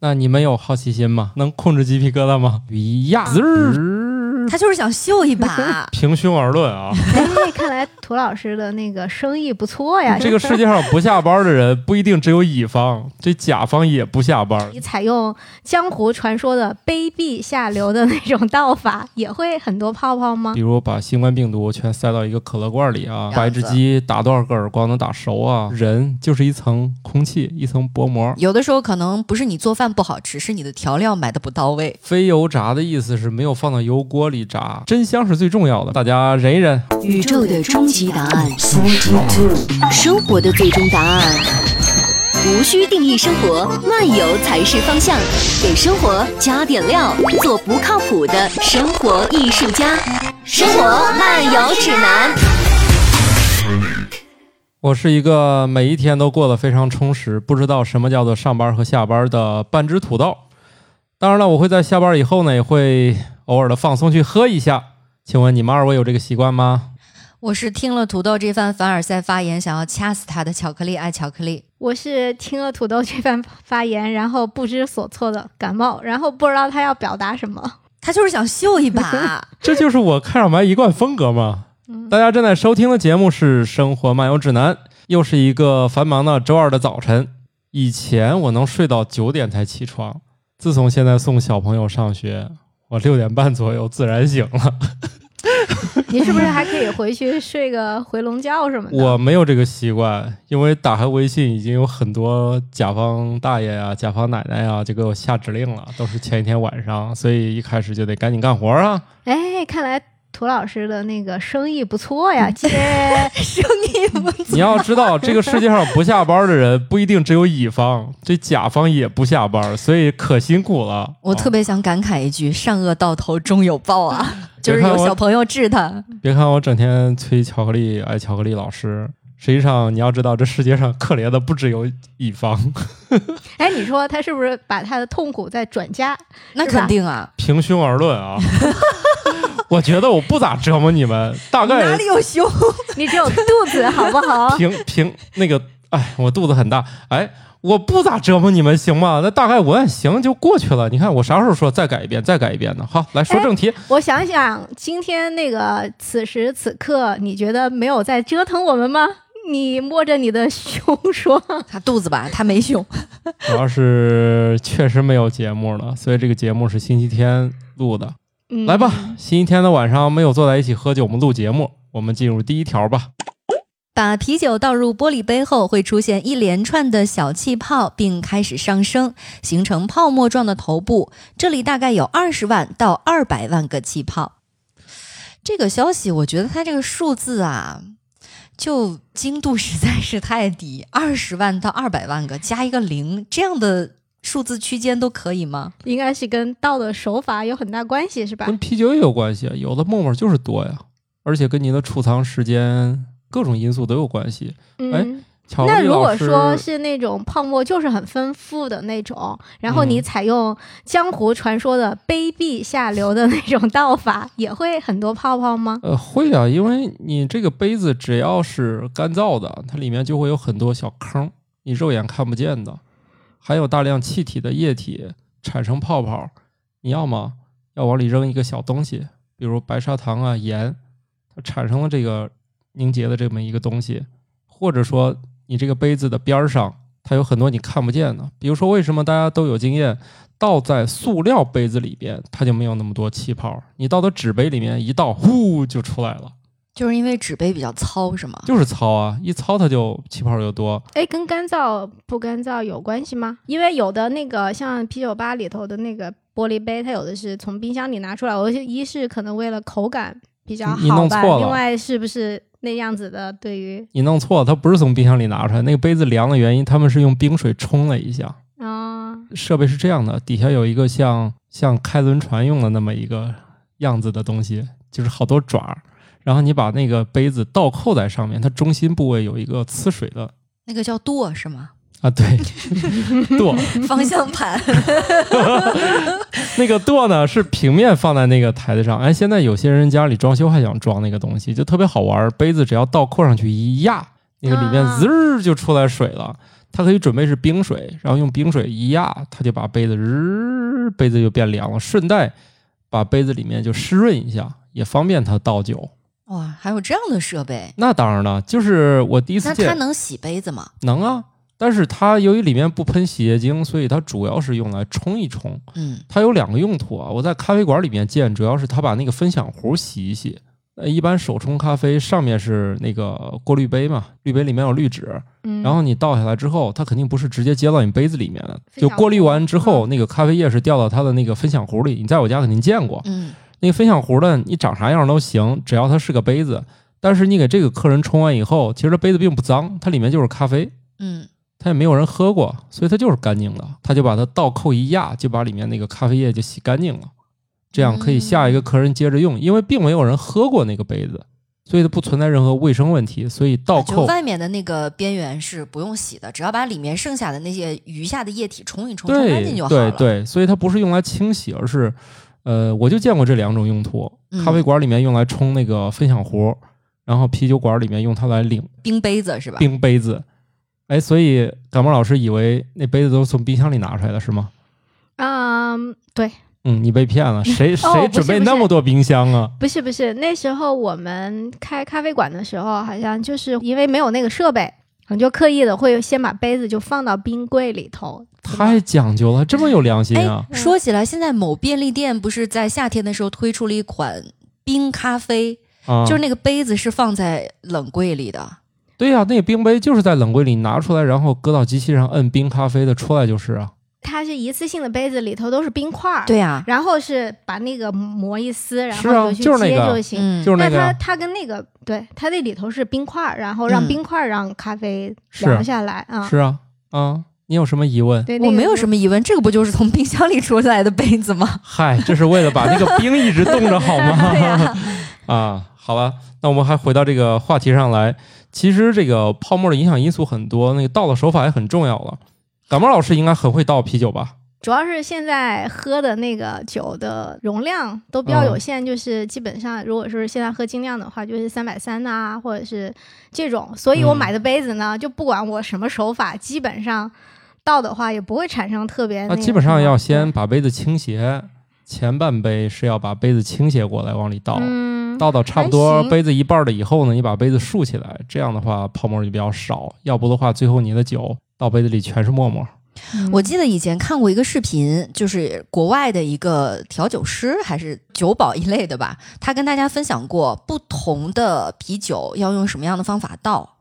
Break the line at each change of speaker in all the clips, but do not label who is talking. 那你们有好奇心吗？能控制鸡皮疙瘩吗？呀，。
他就是想秀一把
平胸而论啊，
哎，看来涂老师的那个生意不错呀。
嗯这个世界上不下班的人不一定只有乙方，这甲方也不下班
你。采用江湖传说的卑鄙下流的那种道法，也会很多泡泡吗
比？如把新冠病毒全塞到一个可乐罐里啊，
子
把一只鸡打多少个耳光能打熟啊？人就是一层空气，一层薄膜。
有的时候可能不是你做饭不好吃，是你的调料买的不到位。
非油炸的意思是没有放到油锅里炸，真香是最重要的。大家忍一忍，
宇宙的终极答案，生活的最终答案。无需定义生活，漫游才是方向。给生活加点料，做不靠谱的生活艺术家。生活漫游指南。
我是一个每一天都过得非常充实，不知道什么叫做上班和下班的半只土豆。当然了，我会在下班以后呢，也会偶尔的放松去喝一下。请问你们二位有这个习惯吗？
我是听了土豆这番凡尔赛发言，想要掐死他的巧克力爱巧克力。
我是听了土豆这番发言，然后不知所措的感冒，然后不知道他要表达什 么。
他就是想秀一把，
这就是我看上白一贯风格嘛。大家正在收听的节目是《生活漫游指南》，又是一个繁忙的周二的早晨。以前我能睡到九点才起床，自从现在送小朋友上学，我六点半左右自然醒了。
你是不是还可以回去睡个回笼觉什么的？
我没有这个习惯，因为打开微信已经有很多甲方大爷啊、甲方奶奶啊就给我下指令了，都是前一天晚上，所以一开始就得赶紧干活 啊。
哎，看来涂老师的那个生意不错 呀，接
生意不
你要知道，这个世界上不下班的人不一定只有乙方，这甲方也不下班，所以可辛苦了。哦
我特
别、
别想感慨一句：善恶到头终有报啊！就是有小朋友治他，
别看我整天催巧克力爱巧克力老师，实际上你要知道，这世界上可怜的不只有乙方，
哎，你说他是不是把他的痛苦再转嫁？
那肯定啊，
平胸而论啊。 我觉得我不咋折磨你们，大概
哪里有胸？
你只有肚 子好不好？
平平那个，哎，我肚子很大，哎，我不咋折磨你们行吗？那大概我也行就过去了。你看我啥时候说再改一遍，再改一遍呢？好，来
哎
说正题，
我想想，今天那个此时此刻，你觉得没有在折腾我们吗？你摸着你的胸说
他肚子吧，他没胸。
主要是确实没有节目了，所以这个节目是星期天录的。：“
嗯、
来吧，星期天的晚上没有坐在一起喝酒，我们录节目。我们进入第一条吧。
把啤酒倒入玻璃杯后，会出现一连串的小气泡，并开始上升，形成泡沫状的头部。这里大概有二十万到二百万个气泡。这个消息，我觉得它这个数字啊，就精度实在是太低，二十万到二百万个加一个零，这样的数字区间都可以吗？
应该是跟道的手法有很大关系，是吧？
跟啤酒也有关系，啊有的沫沫就是多呀，而且跟你的储藏时间各种因素都有关系。哎
嗯。
巧克
那
力
如果
老师
说是那种泡沫就是很丰富的那种，然后你
嗯
采用江湖传说的卑鄙下流的那种道法，也会很多泡泡吗？
呃，会啊，因为你这个杯子只要是干燥的，它里面就会有很多小坑，你肉眼看不见的，还有大量气体的液体产生泡泡。你要么要往里扔一个小东西，比如白砂糖啊、盐，它产生了这个凝结的这么一个东西，或者说你这个杯子的边儿上，它有很多你看不见的。比如说，为什么大家都有经验，倒在塑料杯子里边，它就没有那么多气泡。你倒到纸杯里面一倒，呼就出来了，
就是因为纸杯比较糙，是吗？
就是糙啊，一糙它就气泡就多。
哎，跟干燥不干燥有关系吗？因为有的那个像啤酒吧里头的那个玻璃杯，它有的是从冰箱里拿出来，我是一是可能为了口感比较
你
好
弄
吧，
错了
另外是不是那样子的对于
你弄错了，它不是从冰箱里拿出来，那个杯子凉的原因，他们是用冰水冲了一下。
啊、
设备是这样的，底下有一个像像开轮船用的那么一个样子的东西，就是好多爪儿。然后你把那个杯子倒扣在上面，它中心部位有一个呲水的
那个叫舵是吗？
啊，对， 舵。
方向盘。
那个舵呢是平面放在那个台子上。哎，现在有些人家里装修还想装那个东西，就特别好玩儿。杯子只要倒扣上去一压，那个里面
啊
滋儿就出来水了。它可以准备是冰水，然后用冰水一压，它就把杯子日杯子就变凉了，顺带把杯子里面就湿润一下，也方便它倒酒。
哇，还有这样的设备？
那当然了，就是我第一次
那
见，
它能洗杯子吗？
能啊，但是它由于里面不喷洗洁精，所以它主要是用来冲一冲。
嗯，
它有两个用途啊，我在咖啡馆里面见，主要是它把那个分享壶洗一洗。呃，一般手冲咖啡上面是那个过滤杯嘛，滤杯里面有滤纸，
嗯，
然后你倒下来之后，它肯定不是直接接到你杯子里面的，
分
就
享嗯
过滤完之后，
壶
那个咖啡液是掉到它的那个分享壶里。你在我家肯定见过，
嗯，
那个分享壶呢，你长啥样都行，只要它是个杯子。但是你给这个客人冲完以后，其实它杯子并不脏，它里面就是咖啡，
嗯，
它也没有人喝过，所以它就是干净的。他就把它倒扣一压，就把里面那个咖啡液就洗干净了，这样可以下一
嗯
个客人接着用，因为并没有人喝过那个杯子，所以它不存在任何卫生问题，所以倒
就
扣
外面的那个边缘是不用洗的，只要把里面剩下的那些余下的液体冲一冲，冲干净就
对
好了。
对对，所以它不是用来清洗，而是，呃，我就见过这两种用途：
嗯
咖啡馆里面用来冲那个分享壶，然后啤酒馆里面用它来领
冰杯子是吧？
冰杯子。哎，所以感冒老师以为那杯子都是从冰箱里拿出来的是吗？
嗯，对，
嗯，你被骗了，谁
哦
谁
不是
准备
不
那
是
么多冰箱啊？
不是不是，那时候我们开咖啡馆的时候，好像就是因为没有那个设备，我们就刻意的会先把杯子就放到冰柜里头。
太讲究了，这么有良心啊！
嗯
说起来，现在某便利店不是在夏天的时候推出了一款冰咖啡，
啊，
就是那个杯子是放在冷柜里的。
对呀、那个冰杯就是在冷柜里拿出来，然后搁到机器上摁冰咖啡的，出来就是啊。
它是一次性的杯子，里头都是冰块儿，
对呀、
然后是把那个膜一撕，然
是啊
后你
就
就是去
那
接
个
就行。
嗯，
就是那
但
个啊
它
呀
它跟那个对，它那里头是冰块儿，然后让
嗯
冰块儿让咖啡
是啊
凉下来啊。
是啊啊，你有什么疑问？
对，
我没有什
么。
么疑问，这个不就是从冰箱里出来的杯子吗？
嗨，这是为了把那个冰一直冻着好
对呀、
吗？ 啊，好吧，那我们还回到这个话题上来。其实这个泡沫的影响因素很多，那个倒的手法也很重要了。感冒老师应该很会倒啤酒吧？
主要是现在喝的那个酒的容量都比较
嗯
有限，就是基本上如果说是现在喝精酿的话，就是三百三呐，或者是这种。所以我
嗯
买的杯子呢，就不管我什么手法，基本上倒的话也不会产生特别
那
那个。
啊
嗯
基本上要先把杯子倾斜，前半杯是要把杯子倾斜过来往里倒，
嗯，
倒到差不
还
多
行
杯子一半儿了以后呢，你把杯子竖起来，这样的话泡沫就比较少，要不的话最后你的酒倒杯子里全是沫沫。嗯
我记得以前看过一个视频，就是国外的一个调酒师还是酒保一类的吧，他跟大家分享过不同的啤酒要用什么样的方法倒。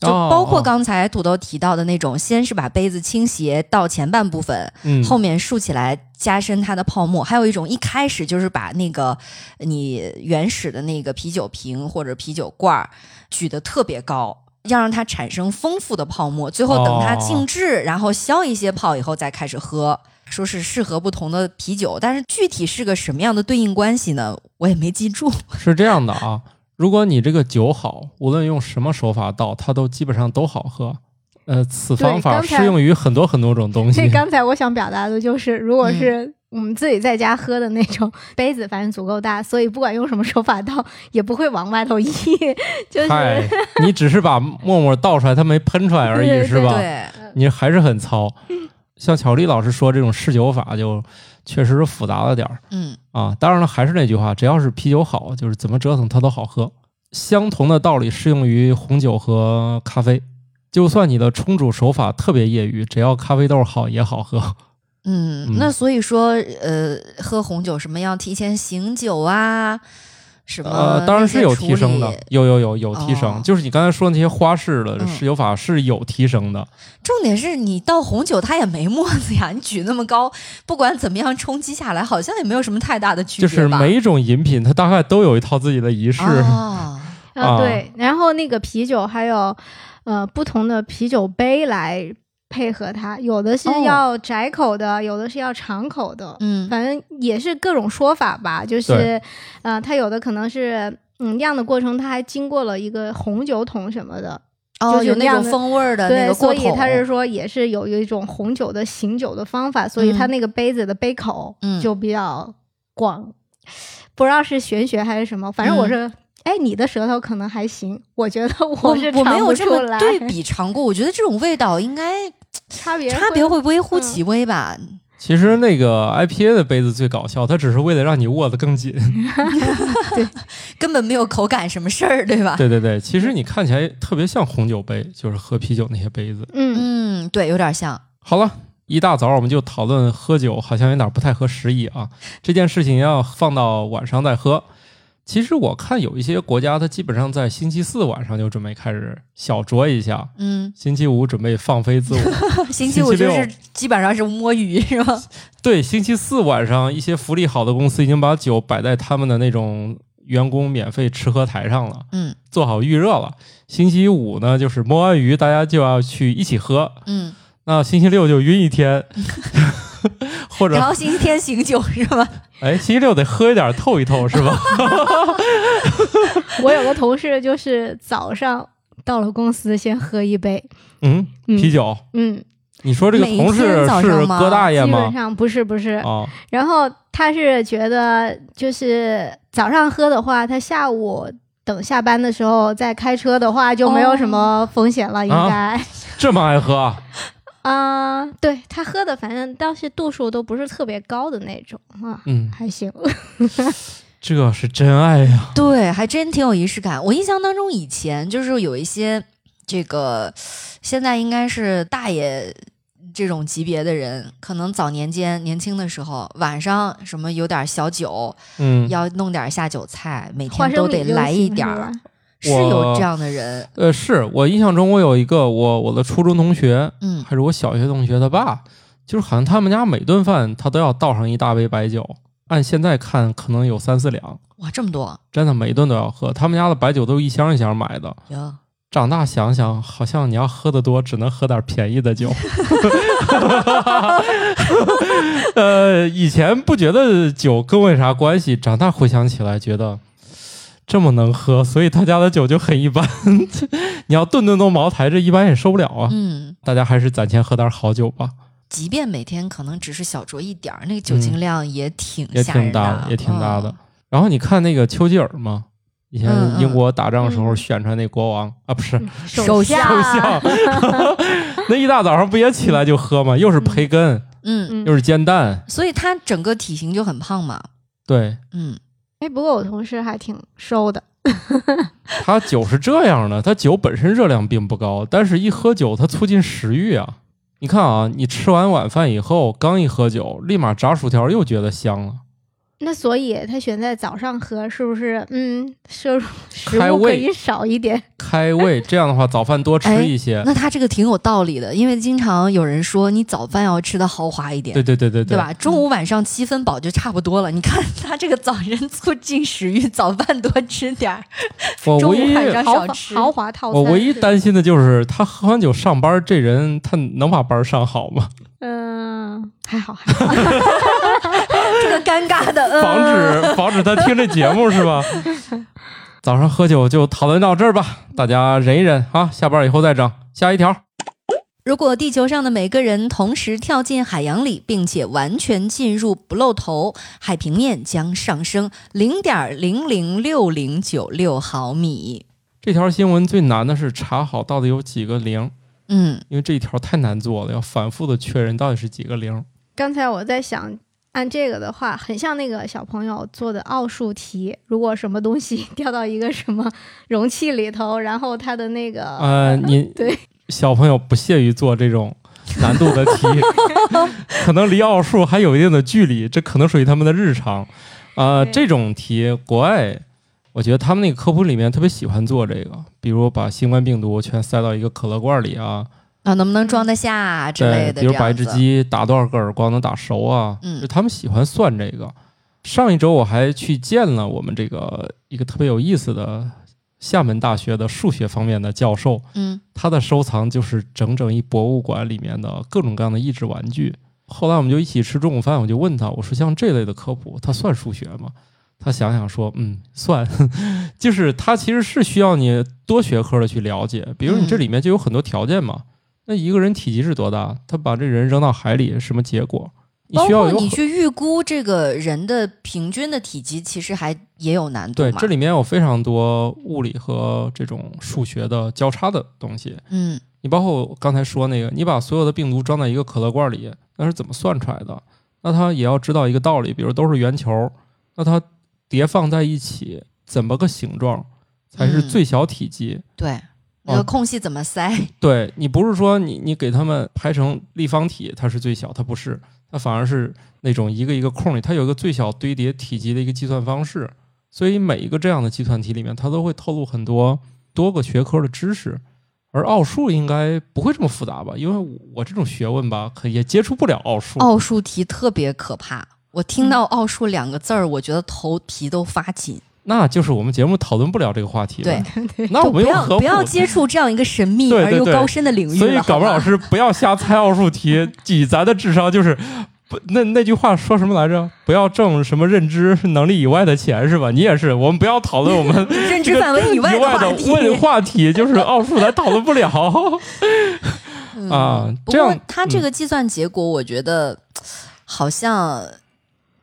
就
哦
包括
哦
刚才土豆提到的那种，先是把杯子倾斜到前半部分，
嗯，
后面竖起来加深它的泡沫；还有一种一开始就是把那个你原始的那个啤酒瓶或者啤酒罐儿举得特别高，要让它产生丰富的泡沫，最后等它静置，然后消一些泡以后再开始喝。说是适合不同的啤酒，但是具体是个什么样的对应关系呢？我也没记住。
是这样的啊，如果你这个酒好，无论用什么手法倒，它都基本上都好喝。呃，此
对
方法
刚才
适用于很多很多种东
所以
西。
刚才我想表达的就是，如果是我们自己在家喝的那种杯子，反正足够大，所以不管用什么手法倒，也不会往外头溢， 就是
嗨，你只是把沫沫倒出来，它没喷出来而已，
对
是吧？
对，
你还是很糙。
嗯
像巧克力老师说，这种试酒法就确实是复杂了点儿
嗯，
啊。当然了，还是那句话，只要是啤酒好，就是怎么折腾它都好喝。相同的道理适用于红酒和咖啡，就算你的冲煮手法特别业余，只要咖啡豆好也好喝。
嗯
嗯，
那所以说，呃，喝红酒什么要提前醒酒啊，什么、
呃，当然是有提升的，。有有有有提升，
哦
就是你刚才说那些花式的
嗯
试酒法是有提升的，
重点是你倒红酒它也没沫子呀， 你举那么高，不管怎么样冲击下来，好像也没有什么太大的区
就
别
是
吧
每一种饮品它大概都有一套自己的仪式。
啊，
啊
啊，对，然后那个啤酒还有呃不同的啤酒杯来配合它，有的是
哦
要窄口的，有的是要长口的，
嗯
反正也是各种说法吧。就是
对
呃，它有的可能是嗯酿的过程，它还经过了一个红酒桶什么的，
哦，
就是
有那
那样
种
的
风味儿的那
对，
个
所
过
以
桶，
它是说也是有一种红酒的醒酒的方法，所以它
嗯
那个杯子的杯口
嗯
就比较广，不知道是玄学还是什么，反正我
嗯
是。哎，哎，你的舌头可能还行，我觉得
我
我是
我没
尝
有
不
这
出
么
来
对，比尝过，我觉得这种味道应该
差别
差别
会
会微乎
嗯
其微吧？
其实那个 IPA 的杯子最搞笑，它只是为了让你握得更紧。
根本没有口感什么事儿，对吧？
对对对，其实你看起来特别像红酒杯，就是喝啤酒那些杯子。
嗯
嗯，对，有点像。
好了，一大早我们就讨论喝酒，好像有点不太合时宜啊。这件事情要放到晚上再喝。其实我看有一些国家，它基本上在星期四晚上就准备开始小酌一下，
嗯，
星期五准备放飞自我。
星期
嗯期
五就
六
是基本上是摸鱼，是吧？
对，星期四晚上，一些福利好的公司已经把酒摆在他们的那种员工免费吃喝台上了，
嗯
做好预热了。星期五呢，就是摸完鱼，大家就要去一起喝。
嗯，
那星期六就晕一天， 或者
然后星期天醒酒是吧？
哎，星期六得喝一点透一透，是吧？
嗯
我有个同事就是早上到了公司先喝一杯，
嗯，
嗯
啤酒。
嗯，
你说这个同
每天
事
早
是
上吗
哥大爷
基本
吗？
上不是不是，
啊，
哦
然后他是觉得，就是早上喝的话，他下午等下班的时候再开车的话，就没有什么风险了，应该。
这么爱喝啊？
啊、对他喝的，反正倒是度数都不是特别高的那种啊，
嗯，
还行。
这是真爱呀、
对，还真挺有仪式感。我印象当中，以前就是有一些这个，现在应该是大爷这种级别的人，可能早年间年轻的时候，晚上什么有点小酒，
嗯，
要弄点下酒菜，每
花
天
生
都
米
得
就
来一
行
点
是吧
儿，是有
我
这样的人。
呃，是我印象中，我有一个我我的初中同学，
嗯
还是我小学同学他爸，就是好像他们家每顿饭他都要倒上一大杯白酒，按现在看可能有三四两，
哇，这么多
真的每一顿都要喝。他们家的白酒都是一箱一箱买的。
哟！
长大想想，好像你要喝得多，只能喝点便宜的酒。 呃，以前不觉得酒跟我有啥关系，长大回想起来，觉得这么能喝，所以他家的酒就很一般。 你要顿顿都茅台，这一般也受不了啊。
嗯，
大家还是攒钱喝点好酒吧，
即便每天可能只是小酌一点儿，那个酒精量也挺
嗯也
吓人
挺大的，也挺大
嗯
的。然后你看那个丘吉尔嘛，以前
嗯嗯
英国打仗的时候
嗯
选出来那国王、啊，不是
嗯
首
相
相
抽象， 那一大早上不也起来就喝吗？又是培根，
嗯，
又
嗯，
是煎蛋，
所以他整个体型就很胖嘛。
对
嗯，
哎，不过我同事还挺瘦的，
它酒是这样的，它酒本身热量并不高，但是一喝酒它促进食欲啊。你看啊，你吃完晚饭以后，刚一喝酒，立马炸薯条又觉得香了，
那所以他选在早上喝，是不是？嗯，摄入食
开
物可
胃
以少一点。
开
哎
胃。这样的话，早饭多吃一些。
那他这个挺有道理的，因为经常有人说你早饭要吃的豪华一点，
对对对对对，
吧？中午晚上七分饱就差不多了。你看他这个早晨促进食欲，早饭多吃 点儿，
我
中
唯
午
一
晚上
豪
少
华
吃。
豪华套餐
我
是，
唯一担心的就是他喝完酒上班，这人他能把班上好吗？
嗯，还好还好，
这个尴尬的，嗯、
防止防止他听这节目是吧？早上喝酒就讨论到这儿吧，大家忍一忍啊，下班以后再整。下一条，
如果地球上的每个人同时跳进海洋里，并且完全进入不露头，海平面将上升零点零零六零九六毫米。
这条新闻最难的是查好到底有几个零，
嗯，
因为这一条太难做了，要反复的确认到底是几个零。
刚才我在想，按这个的话，很像那个小朋友做的奥数题。如果什么东西 掉到一个什么容器里头，然后它的那个，
呃，你
对
小朋友不屑于做这种难度 的题，可能离奥数还有一定的距离，这可能属于他们的日常。啊、
对
这种题国外，我觉得他们那个科普里面特别喜欢做这个，比如把新冠病毒全塞到一个可乐罐里啊，
啊，能不能装得下之
对，
类的？
比如
这样
把一只
子，
鸡打多少个耳光能打熟啊，
嗯
就他们喜欢算这个。上一周我还去见了我们这个一个特别有意思的厦门大学的数学方面的教授，
嗯
他的收藏就是整整一博物馆里面的各种各样的益智玩具。后来我们就一起吃中午饭，我就问他，我说像这类的科普，它算数学吗？他想想说，嗯，算， 就是它其实是需要你多学科的去了解，比如你这里面就有很多条件嘛。那一个人体积是多大？他把这人扔到海里，什么结果？你
包
需要
括
有
你
很
去预估这个人的平均的体积，其实还也有难度
对，
嘛。
这里面有非常多物理和这种数学的交叉的东西。
嗯
你包括我刚才说那个，你把所有的病毒装在一个可乐罐里，那是怎么算出来的？那它也要知道一个道理，比如都是圆球，那它叠放在一起怎么个形状才是
嗯
最小体积？
对，那个
哦
空隙怎么塞？
对你不是说你你给它们排成立方体，它是最小，它不是，它反而是那种一个一个空里，它有一个最小堆叠体积的一个计算方式。所以每一个这样的计算题里面，它都会透露很多多个学科的知识。而奥数应该不会这么复杂吧？因为我我这种学问吧，可也接触不了奥数。
奥数题特别可怕，我听到“奥数”两个字儿，我觉得头皮都发紧。
那就是我们节目讨论不了这个话题了。
对，
那我
不
们用
要
科
不
普
要接触这样一个神秘
对
而
对
又
对
高深的领域了。
所以
好
搞
吗
不老师不要瞎猜奥数 题，以咱的智商就是不那那句话说什么来着？不要挣什么认知能力以外的钱是吧？你也是，我们不要讨论我们
认
这
知
个
范 围 以
以
外
外
的话
的
题
问话题，就是奥数咱讨论不 了。
嗯
啊
不
这
过
样
它这个计算结果，我觉得好像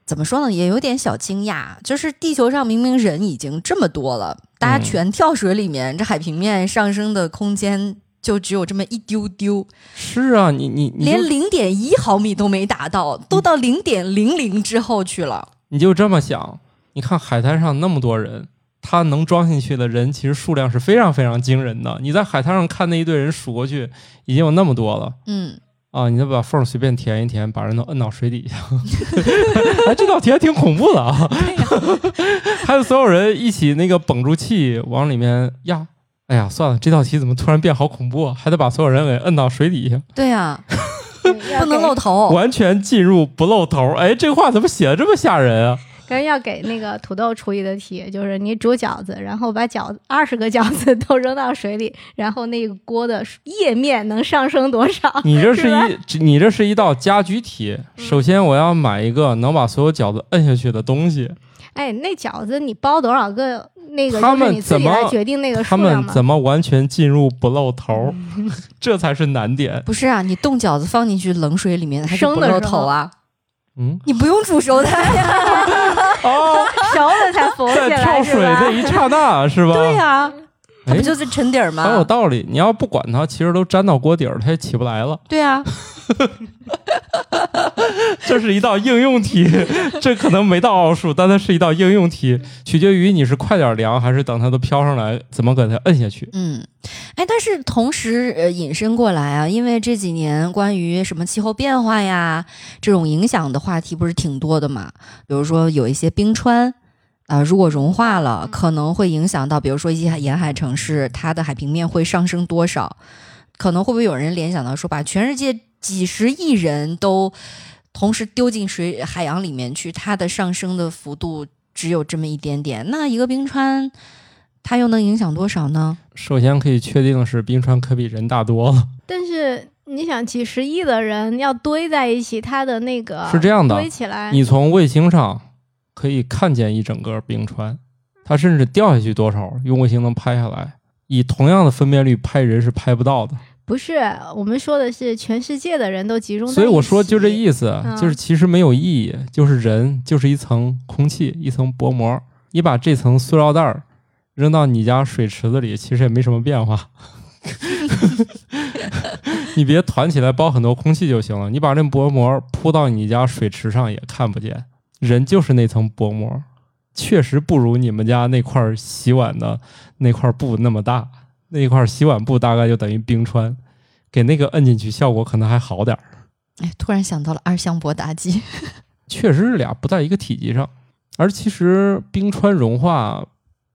怎么说呢，也有点小惊讶。就是地球上明明人已经这么多了，大
嗯
家全跳水里面，这海平面上升的空间就只有这么一丢丢，
是啊，你你你
连
就
零点一毫米都没达到，都到零点零零之后去了。
你就这么想，你看海滩上那么多人。他能装进去的人，其实数量是非常非常惊人的。你在海滩上看那一队人数过去，已经有那么多了。
嗯，
啊，你再把缝儿随便填一填，把人都摁到水底下。 哎，这道题还挺恐怖的啊！ 还有所有人一起那个绷住气往里面压。哎呀，算了，这道题怎么突然变好恐怖啊？还得把所有人给摁到水底下，
对啊，
不
不能露
哦
头。
完全进入不露头。哎，这话怎么写的这么吓人啊？
跟要给那个土豆出一个题，就是你煮饺子，然后把饺子二十个饺子 都扔到水里，然后那个锅的液面能上升多少？
你这是
是吧嗯
一这你这是一道家居题。首先，我要买一个能把所有饺子摁下去的东西。
哎，那饺子你包多少个？那个
他
就
们
是你自
怎
己
么
来决定那个数
他
量
们
嘛。 嗯
怎么完全进入不露头？这才是难点。
不是啊，你冻饺子放进去冷水里面，它就
生
不
的
露
时候
头啊，
嗯，
你不用煮 熟它呀。
哦，
熟了才浮起
在跳
来是
水那
吧？
一刹那是吧？
对呀、
啊
它
哎
不就是沉底儿吗？
很有道理。你要不管它，其实都粘到锅底儿，它也起不来了。
对啊，
这是一道应用题， 这可能没到奥数，但它是一道应用题，取决于你是快点量还是等它都飘上来，怎么给它摁下去。
嗯，哎，但是同时呃引申过来啊，因为这几年关于什么气候变化呀这种影响的话题不是挺多的嘛，比如说有一些冰川。啊、如果融化了，可能会影响到，比如说一些沿海城市，它的海平面会上升多少？可能会不会有人联想到说，把全世界几十亿人都同时丢进水海洋里面去，它的上升的幅度只有这么一点点，那一个冰川，它又能影响多少呢？
首先可以确定的是，冰川可比人大多了，
但是你想，几十亿的人要堆在一起，它的那个
是这样的
堆起来，
你从卫星上可以看见一整个冰川，它甚至掉下去多少，用卫星能拍下来。以同样的分辨率拍人是拍不到的，
不是我们说的是全世界的人都集中在一起。
所以我说就这意思，
嗯
就是其实没有意义，就是人就是一层空气，一层薄膜。你把这层塑料袋儿扔到你家水池子里，其实也没什么变 化。你别团起来包很多空气就行了，你把这薄膜铺到你家水池上也看不见。人就是那层薄膜，确实不如你们家那块儿洗碗的那块布那么大，那块洗碗布大概就等于冰川，给那个摁进去效果可能还好点儿。
哎，突然想到了二香博 达基。
确实是俩不在一个体积上。而其实冰川融化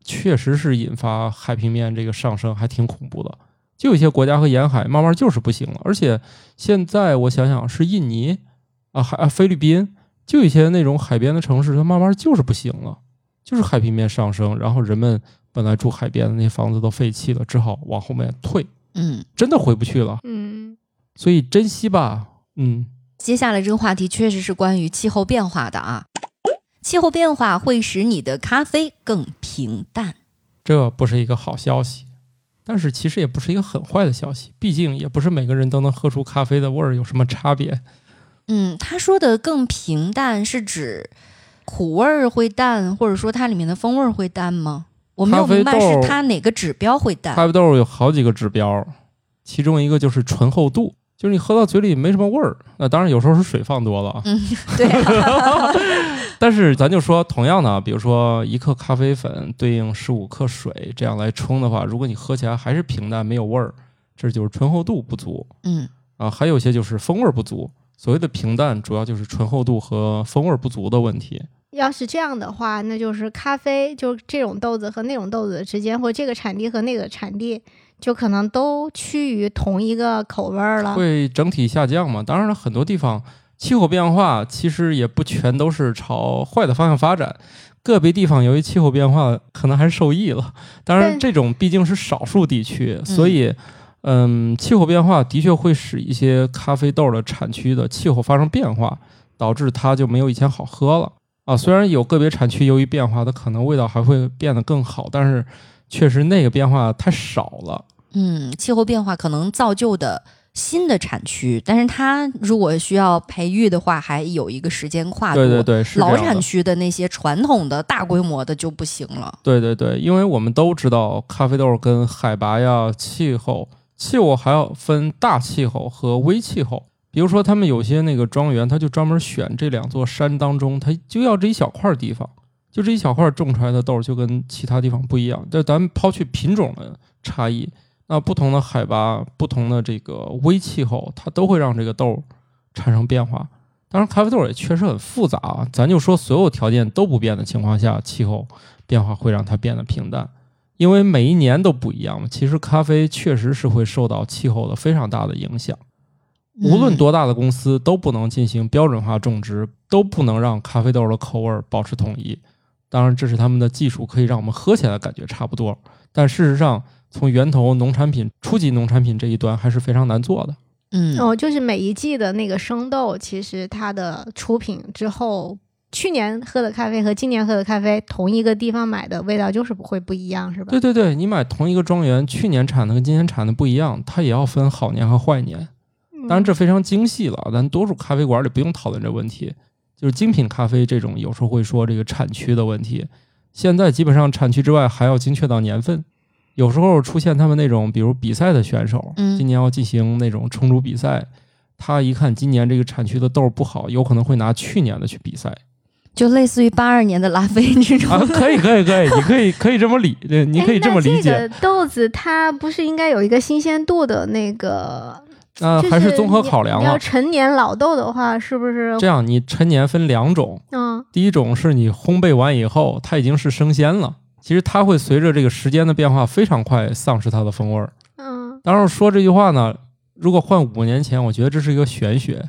确实是引发海平面这个上升还挺恐怖的，就有一些国家和沿海慢慢就是不行了。而且现在我想想是印尼啊，还啊菲律宾，就有一些那种海边的城市，它慢慢就是不行了，就是海平面上升，然后人们本来住海边的那房子都废弃了，只好往后面退，
嗯，
真的回不去了。
嗯，
所以珍惜吧，嗯，
接下来这个话题确实是关于气候变化的啊。气候变化会使你的咖啡更平淡。
这不是一个好消息，但是其实也不是一个很坏的消息，毕竟也不是每个人都能喝出咖啡的味儿有什么差别。
嗯，他说的更平淡是指苦味儿会淡，或者说它里面的风味儿会淡吗？我没有
咖啡
明白是
豆
它哪个指标会淡。
咖啡豆有好几个指标，其中一个就是醇厚度，就是你喝到嘴里没什么味儿。那当然有时候是水放多了啊，
嗯，对 啊、
但是咱就说同样的啊，比如说一克咖啡粉对应十五克水，这样来冲的话，如果你喝起来还是平淡没有味儿，这就是醇厚度不足
嗯
啊。还有一些就是风味儿不足。所谓的平淡，主要就是醇厚度和风味儿不足的问题。
要是这样的话，那就是咖啡就这种豆子和那种豆子之间，或这个产地和那个产地，就可能都趋于同一个口味儿了。
会整体下降嘛？当然了，很多地方气候变化其实也不全都是朝坏的方向发展，个别地方由于气候变化可能还是受益了。当然，
对
这种毕竟是少数地区，所以。嗯，气候变化的确会使一些咖啡豆的产区的气候发生变化，导致它就没有以前好喝了啊。虽然有个别产区由于变化，它可能味道还会变得更好，但是确实那个变化太少了。
嗯，气候变化可能造就的新的产区，但是它如果需要培育的话，还有一个时间跨度。
对对对，是这
老
样的
产区的那些传统的大规模的就不行了。
对对对，因为我们都知道咖啡豆跟海拔呀、气候、气候还要分大气候和微气候。比如说，他们有些那个庄园，他就专门选这两座山当中，他就要这一小块地方，就这一小块种出来的豆就跟其他地方不一样。但咱们抛去品种的差异，那不同的海拔、不同的这个微气候，它都会让这个豆产生变化。当然，咖啡豆也确实很复杂啊。咱就说所有条件都不变的情况下，气候变化会让它变得平淡，因为每一年都不一样嘛。其实咖啡确实是会受到气候的非常大的影响，无论多大的公司都不能进行标准化种植，都不能让咖啡豆的口味儿保持统一。当然，这是他们的技术可以让我们喝起来感觉差不多，但事实上，从源头农产品、初级农产品这一端还是非常难做的。
嗯，嗯
哦，就是每一季的那个生豆，其实它的出品之后，去年喝的咖啡和今年喝的咖啡，同一个地方买的味道就是不会不一样，是吧
对？对对，你买同一个庄园，去年产的跟今年产的不一样，它也要分好年和坏年。
嗯
当然，这非常精细了，咱多数咖啡馆里不用讨论这问题。就是精品咖啡这种，有时候会说这个产区的问题。现在基本上产区之外还要精确到年份，有时候出现他们那种，比如比赛的选手，
嗯
今年要进行那种冲煮比赛，他一看今年这个产区的豆儿不好，有可能会拿去年的去比 赛。
就类似于八二年的拉菲这种。
啊，可以可以可以，你可以可以这么理，对你可以
哎
这么理
那
解
这。个豆子它不是应该有一个新鲜度的那个？
那、
就
呃啊还是
是
综合
你
考量啊
你
了
要。陈年老豆的话，是不是
这？样，你陈年分两种，
嗯，
第一种是你烘焙完以后，它已经是生鲜了，其实它会随着这个时间的变化非常快丧失它的风味儿。
嗯，
当然说这句话呢，如果换五年前，我觉得这是一个玄学，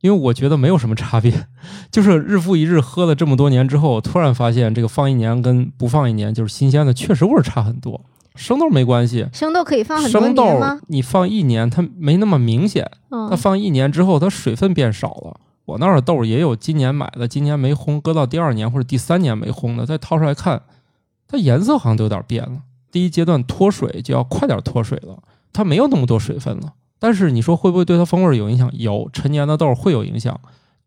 因为我觉得没有什么差别， 就是日复一日喝了这么多年之后，突然发现这个放一年跟不放一年，就是新鲜的确实味儿差很多。生豆没关系，
生豆可以放很多
生
年
豆呃
吗？
你放一年它没那么明显，它
嗯，
放一年之后，它水分变少了。我那儿的豆儿也有今年买的，今年没烘，搁到第二年或者第三年没烘的，再掏出来看，它颜色好像都有点变了。第一阶段脱水就要快点脱水了，它没有那么多水分了。但是你说会不会对它风味儿有影响？有，陈年的豆儿会有影响，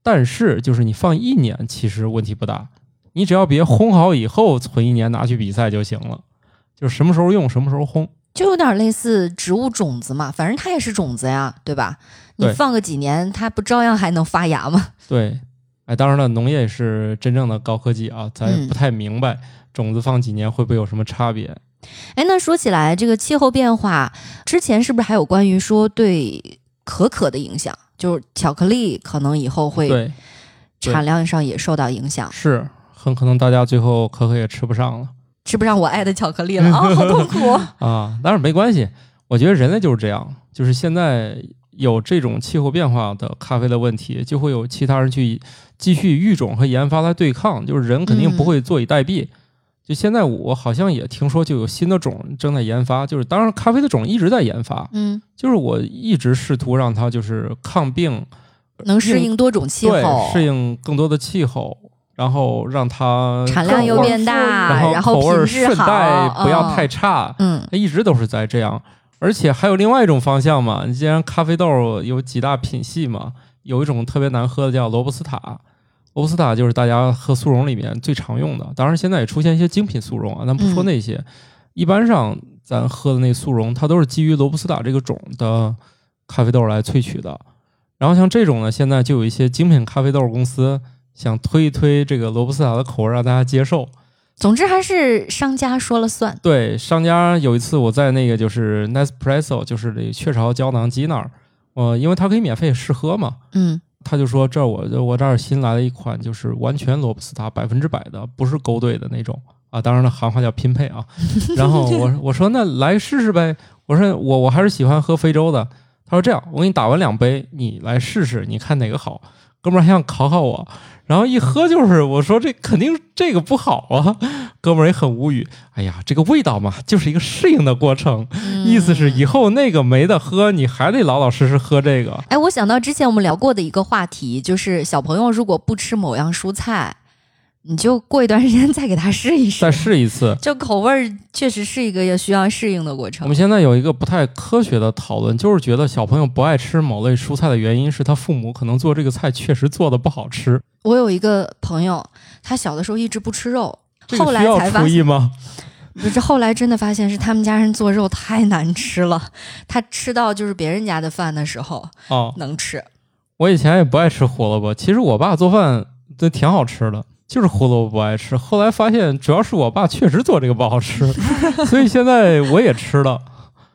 但是就是你放一年其实问题不大，你只要别烘好以后存一年拿去比赛就行了，就是什么时候用什么时候烘。
就有点类似植物种子嘛，反正它也是种子呀，对吧？你
对
放个几年，它不照样还能发芽吗？
对，哎，当然了，农业也是真正的高科技啊，咱也
嗯
不太明白种子放几年会不会有什么差别。
哎，那说起来，这个气候变化之前是不是还有关于说对可可的影响？就是巧克力可能以后会
对，对
产量上也受到影响，
是很可能大家最后可可也吃不上了
吃不上我爱的巧 克力了啊、好痛苦！
啊。但是没关系，我觉得人类就是这样，就是现在有这种气候变化的咖啡的问题，就会有其他人去继续育种和研发来对抗，就是人肯定不会坐以待毙。就现在，我好像也听说，就有新的种正在研发。就是当然，咖啡的种一直在研发，
嗯，
就是我一直试图让它就是抗病，
能适应多种气
嗯对
候，，
适应更多的气候，然后让它
产量又
口嗯味
变大，
然后
然
口味
品
儿
质
顺带
好，
不要
嗯
太差，
嗯
它一直都是在这样。而且还有另外一种方向嘛，你既然咖啡豆有几大品系嘛，有一种特别难喝的叫罗布斯塔，罗布斯塔就是大家喝速溶里面最常用的。当然，现在也出现一些精品速溶啊，咱不说那些。一般上咱喝的那速溶，它都是基于罗布斯塔这个种的咖啡豆来萃取的。然后像这种呢，现在就有一些精品咖啡豆公司想推一推这个罗布斯塔的口味，让大家接受。
总之还是商家说了算。
对，商家有一次我在那个就是 Nespresso，就是那雀巢胶囊机那儿，呃，因为它可以免费试喝嘛，
嗯
他就说这儿我我这儿新来了一款，就是完全罗布斯塔，百分之百的，不是勾兑的那种啊。当然了，行话叫拼配啊。然后我我说那来试试呗，我说我我还是喜欢喝非洲的。他说这样，我给你打完两杯，你来试试，你看哪个好。哥们儿还想考考我，然后一喝就是我说这肯定这个不好啊。哥们儿也很无语，哎呀，这个味道嘛，就是一个适应的过程，意思是以后那个没得喝，你还得老老实实喝这个。
哎，我想到之前我们聊过的一个话题，就是小朋友如果不吃某样蔬菜，你就过一段时间 再给他试一
再
试。
试一次，
就口味儿确实是一个也需要适应的过
我
程
们。现在有一个不太科学的讨论，就是觉得小朋友不爱吃某类蔬菜的原因是他父母可能做这个菜确实做的不好吃，
我有一个朋友，他小的时候一直不吃肉，
这
后
个需
来
要
才发
厨
现，
艺吗？
不是后来真的发现是他们家人做肉太难吃了，他吃到就是别人家的饭的时候
啊，
能吃。
我以前也不爱吃胡萝卜，其实我爸做饭都挺好吃的，就是胡萝卜不爱吃。后来发现主要是我爸确实做这个不好 吃，所以现在我也吃了。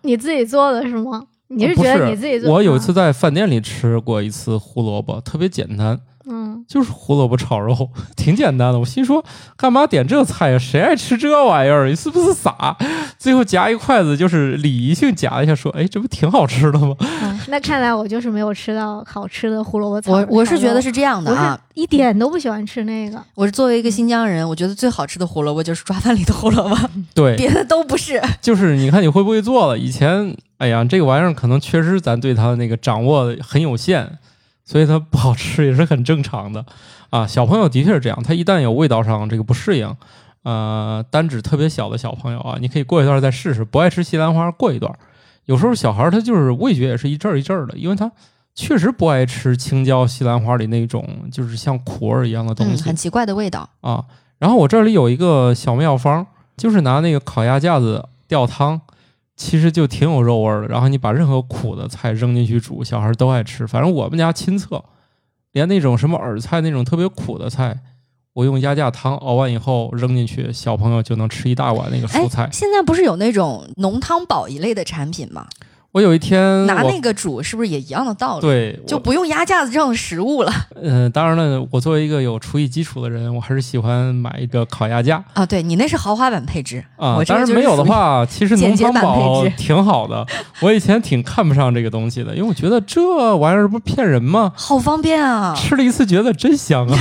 你自己做的是吗？你
呃不
觉得你自己做的？
我有一次，在饭店里吃过一次胡萝卜，特别简单，
嗯，
就是胡萝卜炒肉， 挺简单的。我心说，干嘛点这菜呀？谁爱吃这玩意儿？你是不是傻？ 最后夹一筷子，就是礼仪性夹一下，说：“哎，这不挺好吃的吗
那看来我就是没有吃到好吃的胡萝卜炒
我我是觉得
炒肉
是这样的
我
啊
是，一点都不喜欢吃那个。
我是作为一个新疆人，我觉得最好吃的胡萝卜就是抓饭里的胡萝卜，？”
对，
别的都不是。
就是你看你会不会做了。以前，哎呀，这个玩意儿可能确实咱对它的那个掌握很有限，所以它不好吃也是很正常的 啊。小朋友的确是这样，他一旦有味道上这个不适应。呃，单指特别小的小朋友啊，你可以过一段再试试。不爱吃西兰花，过一段。有时候小孩他就是味觉也是一阵儿一阵儿的，因为他确实不爱吃青椒、西兰花里那种就是像苦味儿一样的东
嗯，
西、
很奇怪的味道。
啊。然后我这里有一个小妙方，就是拿那个烤鸭架子吊汤，其实就挺有肉味儿的。然后你把任何苦的菜扔进去煮，小孩儿都爱吃。反正我们家亲测，连那种什么耳菜那种特别苦的菜。我用鸭架汤熬完以后扔进去，小朋友就能吃一大碗那个
哎
蔬菜。
现在不是有那种浓汤宝一类的产品吗？
我有一天
拿
我
那个煮是不是也一样的道理？
对，
就
我
不用压架子这种食物了
呃，当然了，我作为一个有厨艺基础的人，我还是喜欢买一个烤鸭架
啊！对你那是豪华版配置
啊
我。这
当
个
然
就是
没有的
属于
话， 其实浓
简洁
汤
版
宝
配置
挺好的。我以前挺看不上这个东西的，因为我觉得这玩意儿不是骗人吗？
好方便啊！
吃了一次觉得真香 啊！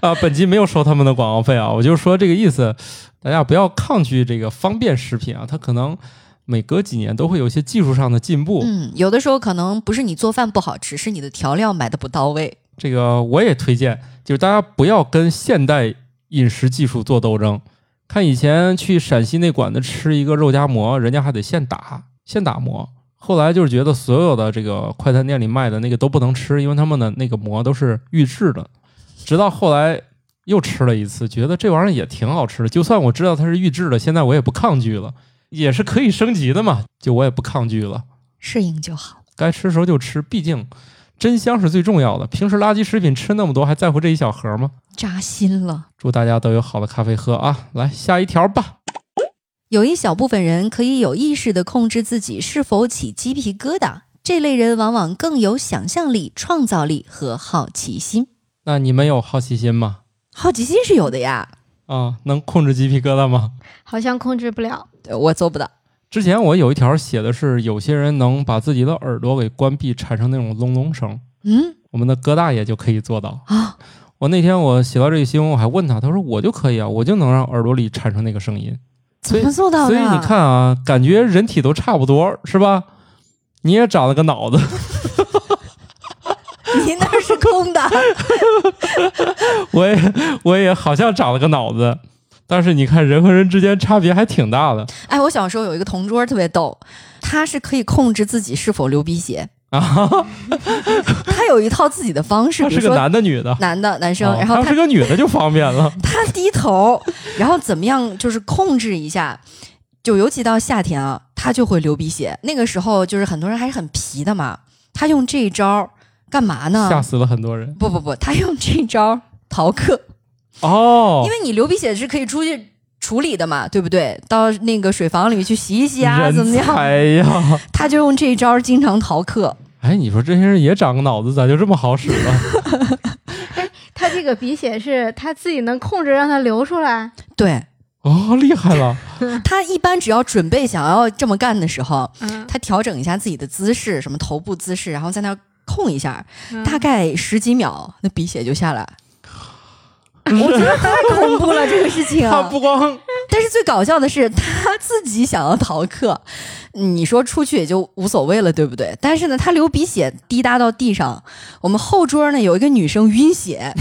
啊，本集没有收他们的广告费啊，我就说这个意思，大家不要抗拒这个方便食品啊，它可能每隔几年都会有一些技术上的进步。
嗯，有的时候可能不是你做饭不好吃，是你的调料买的不到位。
这个我也推荐，就是大家不要跟现代饮食技术做斗争。看以前去陕西那馆子吃一个肉夹馍，人家还得现打现打馍。后来就是觉得所有的这个快餐店里卖的那个都不能吃，因为他们的那个馍都是预制的。直到后来又吃了一次，觉得这玩意儿也挺好吃的。就算我知道它是预制的，现在我也不抗拒了，也是可以升级的嘛，就我也不抗拒了。
适应就好，
该吃时候就吃，毕竟真香是最重要的。平时垃圾食品吃那么多，还在乎这一小盒吗？
扎心了。
祝大家都有好的咖啡喝啊！来下一条吧。
有一小部分人可以有意识地控制自己是否起鸡皮疙瘩，这类人往往更有想象力、创造力和好奇心。
那你们有好奇心吗？
好奇心是有的呀，
啊，能控制鸡皮疙瘩吗？
好像控制不了。
对我做不到。
之前我有一条写的是，有些人能把自己的耳朵给关闭，产生那种隆隆声。
嗯
我们的哥大爷就可以做到
啊。
我那天我写到这个新闻，我还问他，他说我就可以啊，我就能让耳朵里产生那个声音。
怎么做到的？
所以你 看啊，感觉人体都差不多是吧？你也长了个脑子，
你那是 空的，
我也我也好像长了个脑子，但是你看人和人之间差别还挺大的
哎，我小时候有一个同桌特别逗，他是可以控制自己是否流鼻血，
啊，
他有一套自己的方式，
他
比
是
如
个
说
男的女的，
男的男生，
哦
然后
他要
他
是个女的就方便 了。
他低头，然后怎么样就是控制一下，就尤其到夏天啊，他就会流鼻血。那个时候就是很多人还是很皮的嘛，他用这一招儿干嘛
吓
呢？
死了很多人
不不不，他用这一招儿逃课，
哦
因，为你流鼻血是可以出去。处理的嘛，对不对？到那个水房里去洗一洗啊，怎么
人
样？
才呀！
他就用这一招儿经常逃课。
哎，你说这些人也长个脑子，咋就这么好使了？
他这个鼻血是他自己能控制让它流出来，
对
哦，厉害了！
他一般只要准备想要这么干的时候，
嗯，
他调整一下自己的姿势，什么头部姿势，然后在那儿控一下，
嗯
大概十几秒，那鼻血就下来。我觉得太恐怖了，这个事情、
嗯 他
啊。
不光
但是最搞笑的是，他自己想要逃课，你说出去也就无所谓了，对不对？但是呢，他流鼻血滴答到地上，我们后桌呢有一个女生晕血，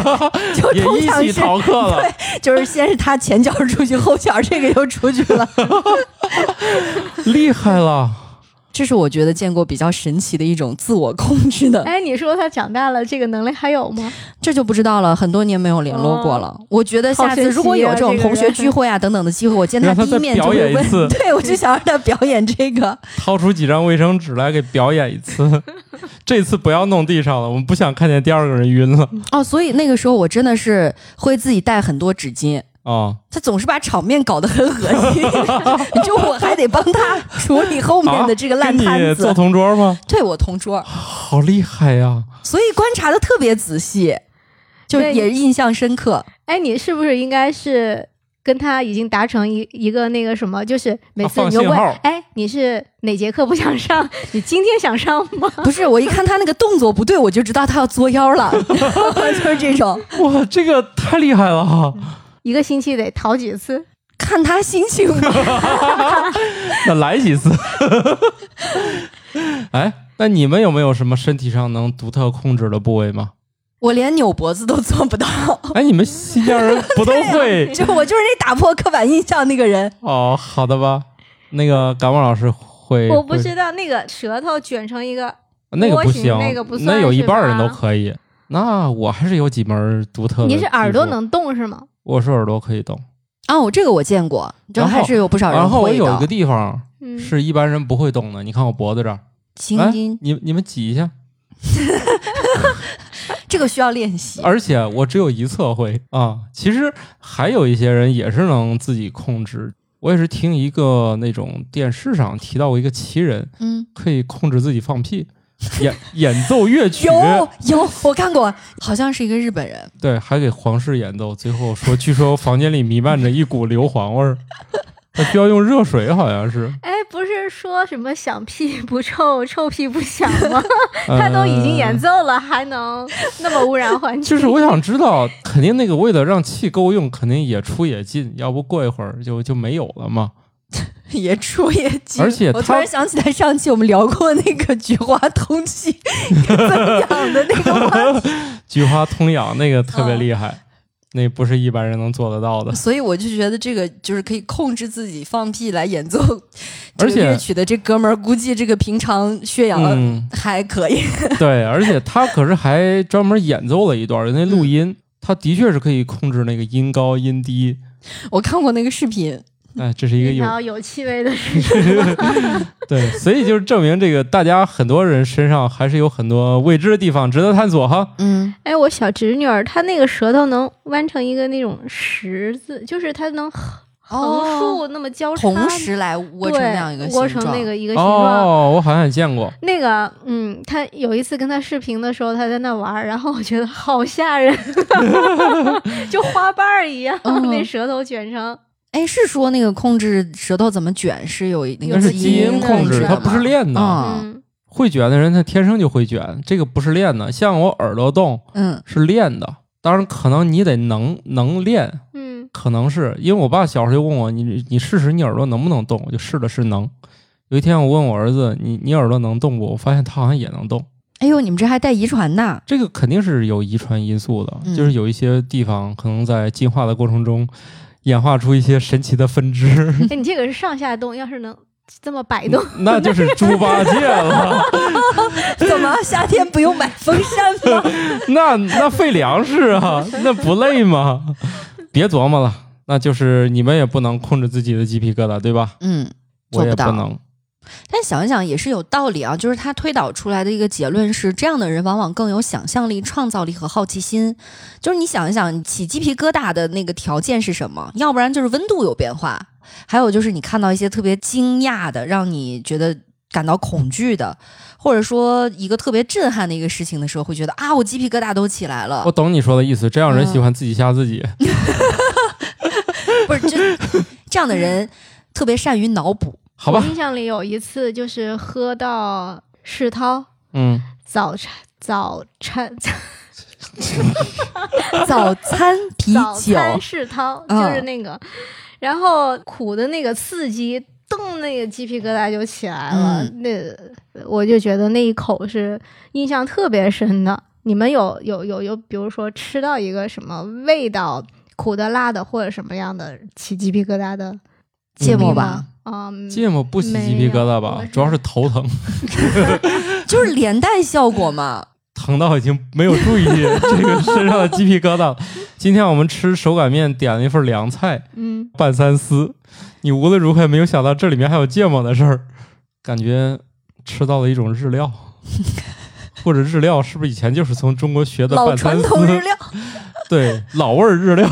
就
也
通
一
常
起
是
逃课 了，
就是先是他前脚出去，后脚这个又出去了。
厉害了！
这是我觉得见过比较神奇的一种自我控制的
哎，你说他长大了这个能力还有吗？
这就不知道了，很多年没有联络过了。我觉得下
好
次
神
如果
奇
有
啊
这种
这个
同学
人
聚会啊等等的机会，我见
让他
第一
再
面就
表
会
演一
问，
次
对我就想让他表演这个。
掏出几张卫生纸来给表演一次， 这次不要弄地上了，我们不想看见第二个人晕了
哦，所以那个时候我真的是会自己带很多纸巾。
啊！
他总是把场面搞得很恶心， 就我还得帮他处理后 面的这个烂
啊跟你
摊子。
坐同桌吗？
对我同桌，
好厉害呀！
所以观察的特别仔细，就
对
也印象深刻。
哎，你是不是应该是跟他已经达成一一个那个什么，就是每
啊
次
放
你就
信
问
号，
哎，你是哪节课不想上？ 你今天想上吗？
不是，我一看他那个动作不对，我就知道他要作妖 了，就是这种。
哇，这个太厉害了哈！
嗯一个星期得逃几次？
看他心情吧。
那来几 次？哎，那你们有没有什么身体上能独特控制的部位吗？
我连扭脖子都做不到，
哦
哎，你们新疆人不都 会
啊
就我就是那打破刻板印象那个人。
哦？好的吧，那个感冒老师会，
我不
会
知道那个舌头卷成一个，
那个
蜗
不
行
行，
那个不算
有一
是
半人都
吧
可以。那我还是有几门独特的。
你是耳朵？能动是吗？
我是耳朵可以动。
哦，这个我见过，就
然后
还是有不少人
然后我
会
有一个
的。
地方
嗯，
是一般人不会动的，你看我脖子这儿，
青
哎
筋，
你你们挤一下。
这个需要练习。
而且我只有一侧会啊。其实还有一些人也是能自己控制。我也是听一个那种电视上提到过一个奇人，
嗯，
可以控制自己放屁，演演奏乐曲，
有有，我看过，好像是一个日本 人。
对，还给皇室演奏。最后说，据说房间里弥漫着一股硫磺味儿，他需要用热水，好像是。
哎，不是说什么响屁不臭，臭屁不响 吗？
呃
他都已经演奏了，还能那么污染环境？
就是我想知道，肯定那个为了让气够用，肯定也出也进，要不过一会儿就就没有了嘛。
也出也进，
而且
我突
他
然想起来，上期我们聊过那个菊花通气 怎么样的那个话题，
菊花通养那个特别厉害，
嗯
那不是一般人能做得 到的。
所以我就觉得这个就是可以控制自己放屁来 演奏这
而
个
且
乐曲的这哥们儿，估计这个平常血氧
嗯，
还可以。
对，而且他可是还专门演奏了一段儿那录
嗯
音，他的确是可以控制那个音高音低。
我看过那个视频，
哎，这是一个有
条有气味的是，
对，所以就是证明这个大家很多人身上还是有很多未知的地方值得探索哈。
嗯，
哎，我小侄女儿她那个舌头能弯成一个那种十字，就是她能横横
哦，
竖那么交叉，
同时来窝成
对
那样一个
窝
形
成
状
那个一个形状。
哦，我好像也见过。
那个，嗯，她有一次跟她视频的时候，她在那玩儿，然后我觉得好吓 人， 就花瓣儿一样，
嗯
那舌头卷成。
哎，是说那个控制舌头怎么卷是有一那
那
个
是基因
因
控制，
的
它不是
吗
练的。
啊，
嗯，
会卷的人，他天生就会卷，这个不是练的。像我耳朵动
嗯
是练的，当然可能你得能能练，
嗯，
可能是因为我爸小时候就问我，你你试试你耳朵能不能动，我就试了试能。有一天我问我儿子，你你耳朵能动不？我发现他好像也能动。
哎呦，你们这还带遗 传呢？
这个肯定是有遗传因素的，
嗯
就是有一些地方可能在进化的过程中，演化出一些神奇的分支。
哎，你这个是上下动，要是能这么
嗯
摆动，
那就是猪八戒了。
怎么夏天不用买风扇 吗？
那那费粮食啊，那不累吗？别琢磨了，那就是你们也不能控制自己的鸡皮疙瘩，对吧？
嗯，做
我也
不到
不。能。
但想一想也是有道理啊，就是他推导出来的一个结论是，这样的人往往更有想象力、创造力和好奇心。就是你想一想，起鸡皮疙瘩的那个条件是什么？要不然就是温度有变化，还有就是你看到一些特别惊讶的，让你觉得感到恐惧的，或者说一个特别震撼的一个事情的时候，会觉得啊，我鸡皮疙瘩都起来了
我。懂你说的意思，这样
嗯
人喜欢自己吓自己。
不是，这这样的人特别善于脑补。
好吧
我，印象里有一次就是喝到世涛
嗯，
早餐早餐
早餐啤
早
酒，
餐世涛，
嗯
就是那个，然后苦的那个刺激，咚，那个鸡皮疙瘩就起来了。
嗯
那我就觉得那一口是印象特别深的。你们有有有有，比如说吃到一个什么味道，苦的、辣的或者什么样的起鸡皮疙瘩的
芥
经
末
历
吧
吗，？嗯，
芥末不洗鸡皮疙瘩
没
吧
有？
主要是头疼，
就是连带效果嘛。
疼到已经没有注意 这个身上的鸡皮疙瘩了。今天我们吃手擀面，点了一份凉菜
嗯，
拌三丝，你无论如何也没有想到这里面还有芥末的事儿，感觉吃到了一种日 料。或者日料是不是以前就是从中国学的
老
拌
传
三丝？
统日 料，
对，老味儿日料。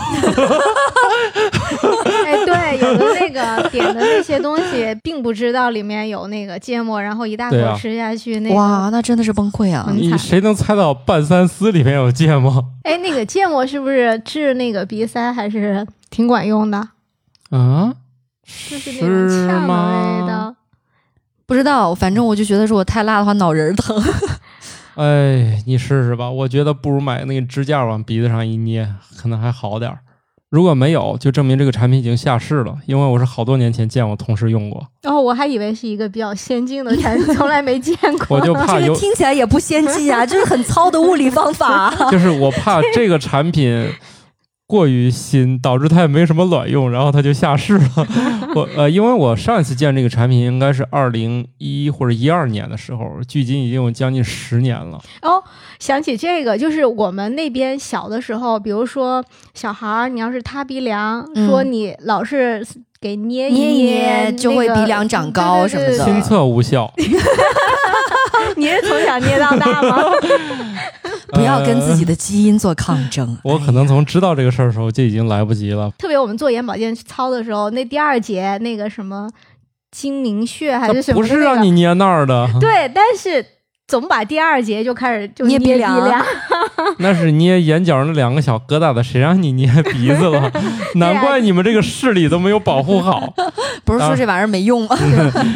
哎，对，有的那个点的那些东西，并不知道里面有那个芥末，然后一大口
对啊
吃下去，那个
哇，那真的是崩溃啊！
嗯
你谁能猜到拌三丝里面有芥末？
哎，那个芥末是不是治那个鼻塞还是挺管用的？
啊？
就是那种呛的味道。啊
不知道，反正我就觉得如果太辣的话，脑仁儿 疼。
哎，你试试吧，我觉得不如买那个支架往鼻子上一捏，可能还好点儿。如果没有，就证明这个产品已经下市了，因为我是好多年前见我同事用过，
然后、哦我还以为是一个比较先进的产品，从来没见过。
我就怕
这
啊 有
个，听起来也不先进啊，这是很糙的物理方法啊。
就是我怕这个产品过于新，导致它也没什么卵用，然后它就下市了。 我呃，因为我上一次见这个产品应该是二零一或者一二年的时候，距今已经有将近十年了。
哦，想起这个，就是我们那边小的时候，比如说小孩儿，你要是塌鼻梁，
嗯
说你老是给捏
捏一
一
捏
那个
就会鼻梁长高
对对对
什么的
亲
对
测无效，
对 你是从小捏到大吗？
不要跟自己
呃
的基因做抗争。
我可能从知道这个事儿的时候就已经来不及了。
特别我们做眼保健操的时候，那第二节那个什么睛明穴还是什么、
不
那个，
是让你捏那儿的，
对，但是总把第二节就开始就
捏
捏
鼻梁
梁，
那是捏眼角那两个小疙瘩的，谁让你捏鼻子 了？
啊
难怪你们这个视力都没有保护好
哎不是说这玩意儿没用 吗？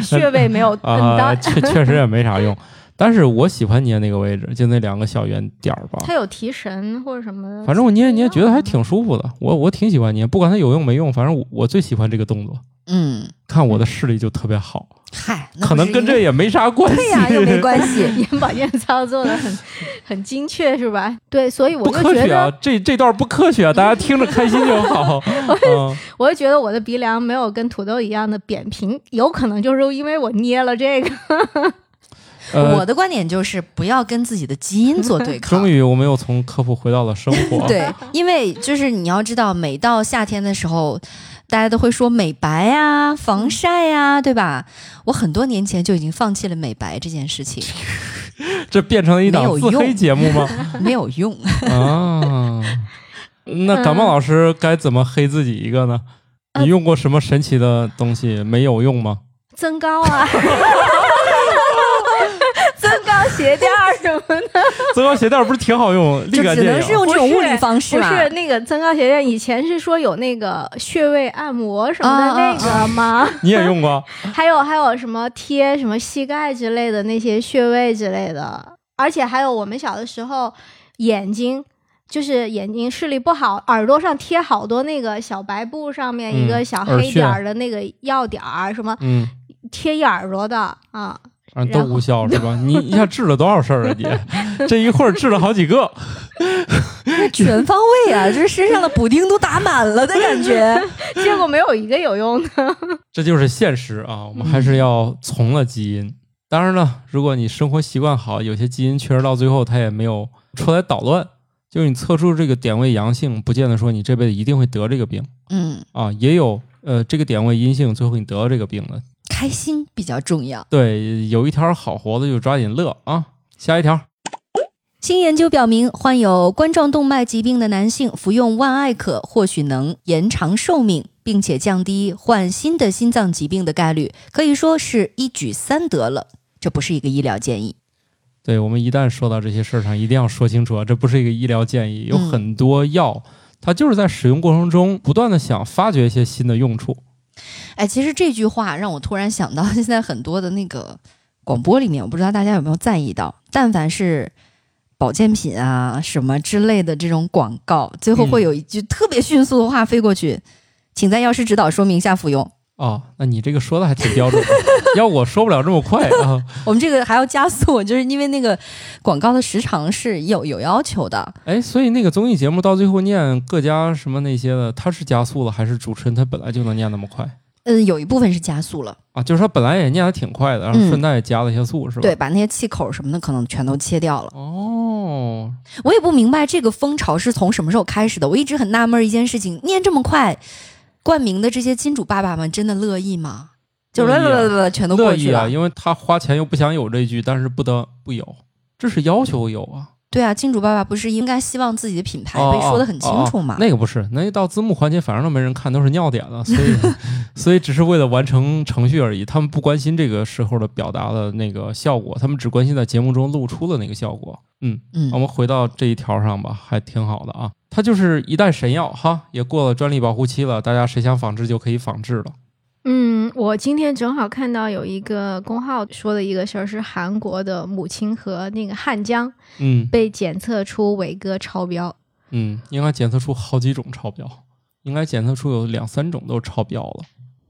穴位没有摁
啊、
到。
确确实也没啥用。但是我喜欢捏那个位置，就那两个小圆点儿吧。
它有提神或者什么，
反正我捏一捏，觉得还挺舒服的。我我挺喜欢捏，不管它有用没用，反正我我最喜欢这个动作。
嗯，
看我的视力就特别好，
嗨，那不
可能
是
跟
因
这也没啥关系。
对呀、又没关系。
眼保健操做的很很精确，是吧？对，所以我
不
就
科
觉
学啊
得，，
这这段不科 学、啊，大家听着开心就好。嗯，
我就觉得我的鼻梁没有跟土豆一样的扁平，有可能就是因为我捏了这个。
呃，
我的观点就是不要跟自己的基因做对抗
终。于我们又从科普回到了生 活。
对，因为就是你要知道，每到夏天的时候，大家都会说美白啊、防
嗯
晒啊，对吧？我很多年前就已经放弃了美白这件事情，
这变成了一
没
档
有
自黑
用
节目 吗？
没有用。
啊，
嗯
那感冒老师该怎么黑自己一个呢？
呃
你用过什么神奇的东西没有用 吗？
增高啊， 增高鞋垫儿什 么的，
增高鞋垫儿不是挺好用，立
就
竿
只
见
能是
影。啊
用这种物理方式
不
吧。
是那个增高鞋垫，以前是说有那个穴位按摩什么
啊
的
啊
那个吗？
你也用过？
还有还有什么贴什么膝盖之类的那些穴位之类的，而且还有我们小的时候眼睛。就是眼睛视力不好，耳朵上贴好多那个小白布，上面一个
嗯
小
耳
黑点
旋
儿的那个药点儿，啊什么
嗯，
贴一耳朵的啊，
啊，都
然后
无效是吧？你一下治了多少事儿啊你？这一会儿治了好几个，
全方位啊，就是身上的补丁都打满了的感觉。
结果没有一个有用的。
这就是现实啊，我们还是要从了基因。当然了，如果你生活习惯好，有些基因确实到最后它也没有出来捣乱。就是你测出这个点位阳性，不见得说你这辈子一定会得这个病
嗯，
啊，也有呃这个点位阴性，最后你得了这个病了。
开心比较重要。
对，有一条好活的就抓紧乐啊！下一条，
新研究表明，患有冠状动脉疾病的男性服用万艾可或许能延长寿命，并且降低患新的心脏疾病的概率，可以说是一举三得了。这不是一个医疗建议，
对我们一旦说到这些事儿上，一定要说清楚啊，这不是一个医疗建议，有
嗯
很多药，它就是在使用过程中不断的想发掘一些新的用处。
哎，其实这句话让我突然想到，现在很多的那个广播里面，我不知道大家有没有在意到，但凡是保健品啊什么之类的这种广告，最后会有一句特别迅速的话飞过去，请在药师指导说明下服用。
哦，那你这个说的还挺标准的，要我说不了这么快啊。
我们这个还要加速， 就是因为那个广告的时长是有有要求的。
哎，所以那个综艺节目到最后念各家什么那些的，它是加速了，还是主持人他本来就能念那么快
嗯，有一部分是加速了，
啊？就是他本来也念的挺快的，然后
嗯
顺带也加了一些速，是吧？
对，。把那些气口什么的可能全都切掉了。
哦，
我也不明白这个风潮是从什么时候开始的，我一直很纳闷一件事情：念这么快，冠名的这些金主爸爸们真的乐意吗？就
乐
乐
意啊
乐乐乐，全都过
乐
去
意
了。
啊，因为他花钱又不想有这句，但是不得不有，这是要求有啊。
对啊，金主爸爸不是应该希望自己的品牌被说得很清楚吗？
哦哦哦那个不是，那一到字幕环节反正都没人看，都是尿点 了，所以所以只是为了完成程序而已。他们不关心这个时候的表达的那个效果，他们只关心在节目中露出的那个效果。嗯，我
嗯，
们回到这一条上吧，还挺好的啊。它就是一代神药哈，也过了专利保护期了，大家谁想仿制就可以仿制了。
嗯，我今天正好看到有一个公号说的一个事儿，是韩国的母亲河那个汉江
嗯
被检测出伟哥超标。
嗯，应该检测出好几种超标，应该检测出有两三种都超标了。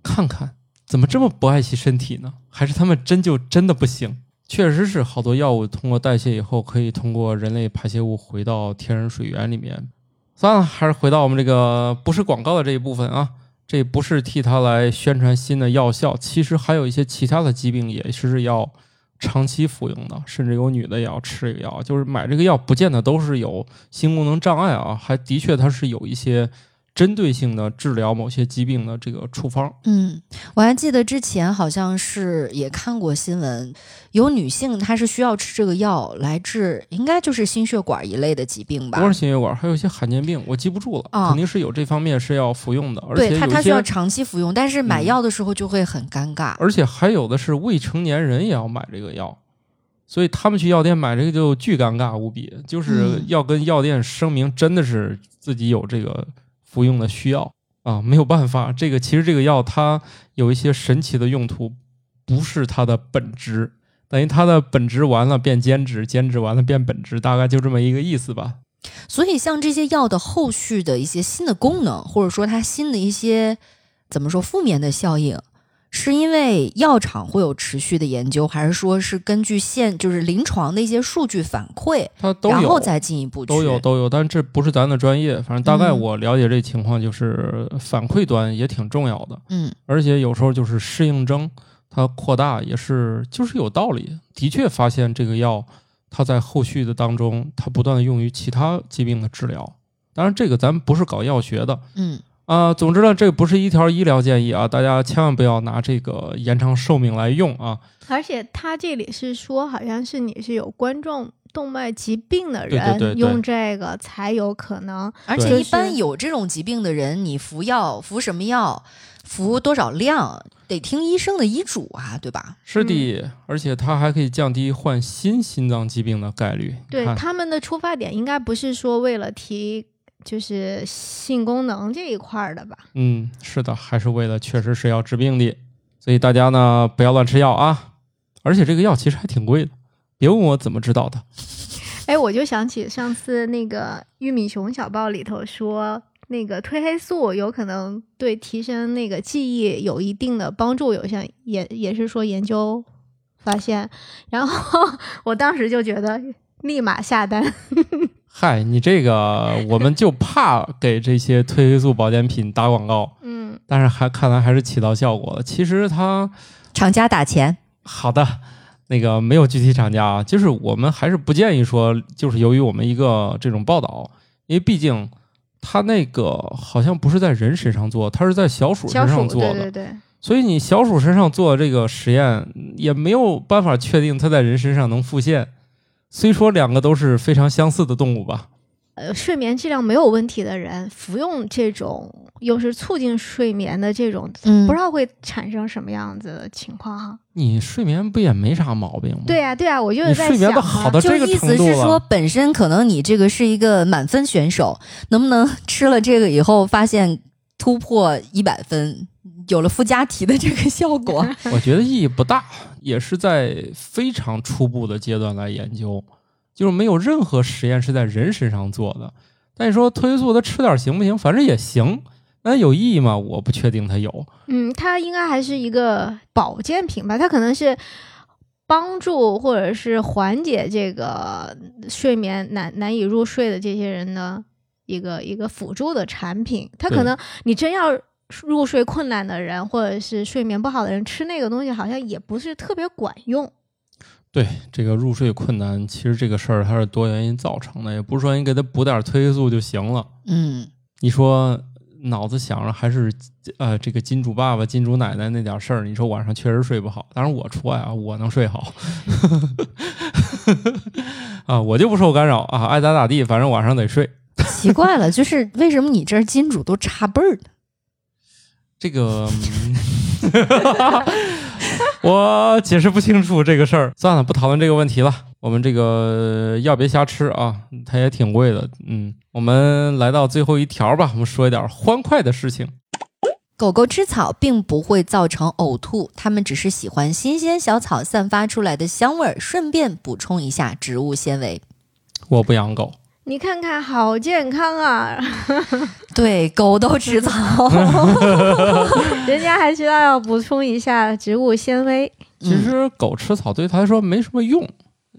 看看怎么这么不爱惜身体呢？还是他们真就真的不行？确实是好多药物通过代谢以后，可以通过人类排泄物回到天然水源里面。算了，还是回到我们这个不是广告的这一部分啊。这不是替它来宣传新的药效，其实还有一些其他的疾病也是要长期服用的，甚至有女的也要吃这个药。就是买这个药，不见得都是有性功能障碍啊，还的确它是有一些针对性的治疗某些疾病的这个处方。
嗯，我还记得之前好像是也看过新闻，有女性她是需要吃这个药来治，应该就是心血管一类的疾病吧
不？是心血管，还有一些罕见病，我记不住了，
啊
肯定是有这方面是要服用的，而且
对，她
有
她
一
需要
些，
长期服用，但是买
嗯
药的时候就会很尴尬。
而且还有的是未成年人也要买这个药。所以他们去药店买这个就巨尴尬无比，就是
嗯
要跟药店声明真的是自己有这个服用的需要啊，没有办法。这个其实这个药它有一些神奇的用途，不是它的本质，等于它的本质完了变兼职，兼职完了变本职，大概就这么一个意思吧。
所以，像这些药的后续的一些新的功能，或者说它新的一些怎么说负面的效应，是因为药厂会有持续的研究，还是说是根据现就是临床的一些数据反馈，
它都有，
然后再进一步去
都有都有，但这不是咱的专业。反正大概
嗯
我了解这情况，就是反馈端也挺重要的，
嗯
而且有时候就是适应症它扩大也是就是有道理。的确发现这个药它在后续的当中，它不断的用于其他疾病的治疗。当然，这个咱不是搞药学的
嗯
啊、总之呢，这不是一条医疗建议啊，大家千万不要拿这个延长寿命来用啊。
而且他这里是说，好像是你是有冠状动脉疾病的
对对
人
对对
用这个才有可能。
而
就
且一
是
般有这种疾病的人，你服药服什么药，服多少量，得听医生的医嘱啊，对吧？
是的，而且它还可以降低患新心脏疾病的概率。
对
你看
他们的出发点应该不是说为了提就是性功能这一块儿的吧？
嗯，是的，还是为了确实是要治病的，所以大家呢不要乱吃药啊。而且这个药其实还挺贵的，别问我怎么知道的。
哎，我就想起上次那个《玉米熊小报》里头说，那个褪黑素有可能对提升那个记忆有一定的帮助，有项也也是说研究 发现。然后我当时就觉得立马下单，
嗨，你这个我们就怕给这些褪黑素保健品打广告，
嗯，
但是还看来还是起到效果了。其实它
厂家打钱，
好的，那个没有具体厂家啊，就是我们还是不建议说，就是由于我们一个这种报道，因为毕竟它那个好像不是在人身上做，它是在小鼠
消
身
暑，
上做
对
的，
对对，
所以你小鼠身上做这个实验也没有办法确定它在人身上能复现。虽说两个都是非常相似的动物吧，
呃，睡眠质量没有问题的人服用这种又是促进睡眠的这种，
嗯
不知道会产生什么样子的情况哈。
你睡眠不也没啥毛病吗？
对，呀、对呀、我就是
嗯你
在
睡眠
想
都
啊，
好到
就
呃这个
意思
程度
是说，
了，
本身可能你这个是一个满分选手，能不能 吃了这个以后发现突破一百分，有了附加题的这个效果？
我觉得意义不大，也是在非常初步的阶段来研究，就是没有任何实验是在人身上做的。但你说褪黑素它吃点行不行？反正也行，那有意义吗？我不确定它有。
嗯，它应该还是一个保健品吧，它可能是帮助或者是缓解这个睡眠难难以入睡的这些人的一个一个辅助的产品。它可
对
能你真要入睡困难的人，或者是睡眠不好的人，吃那个东西好像也不是特别管用。
对这个入睡困难，其实这个事儿它是多原因造成的，也不是说你给它补点褪黑素就行了。
嗯，
你说脑子想着还是呃这个金主爸爸、金主奶奶那点事儿，你说晚上确实睡不好。当然我除外啊，我能睡好 啊，我就不受干扰啊，爱咋咋地，反正晚上得睡。
奇怪了，就是为什么你这儿金主都差辈儿呢？
这个，嗯 我解释不清楚这个事儿。算了，不讨论这个问题了。我们这个药别瞎吃啊，它也挺贵的。嗯，我们来到最后一条吧，我们说一点欢快的事情。
狗狗吃草并不会造成呕吐，它们只是喜欢新鲜小草散发出来的香味儿，顺便补充一下植物纤维。
我不养狗，
你看看，好健康啊！
对，狗都吃 草。
嗯
人家还知道要补充一下植物纤维。
嗯
其实狗吃草对它来说没什么用，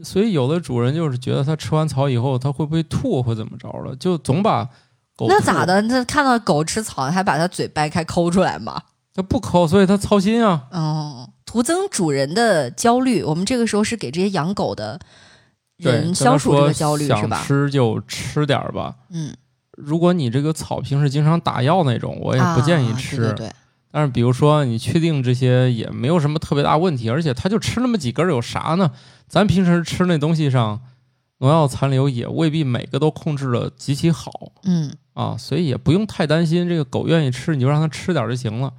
所以有的主人就是觉得它吃完草以后，它会不会吐或怎么着了，就总把狗
那
吐
咋？的？那看到狗吃草，还把它嘴掰开抠出来吗？
它不抠，所以它操心啊。
哦，徒增主人的焦虑。我们这个时候是给这些养狗的
对，
人
跟
消
它
除这
说
个焦虑，是
想
吧？
吃就吃点儿吧。
嗯，
如果你这个草平时经常打药那种，我也不建议
啊
吃。
对对对，
但是比如说你确定这些也没有什么特别大问题，而且它就吃那么几根儿有啥呢？咱平时吃那东西上，农药残留也未必每个都控制的极其好
嗯，
啊，所以也不用太担心。这个狗愿意吃，你就让它吃点儿就行了。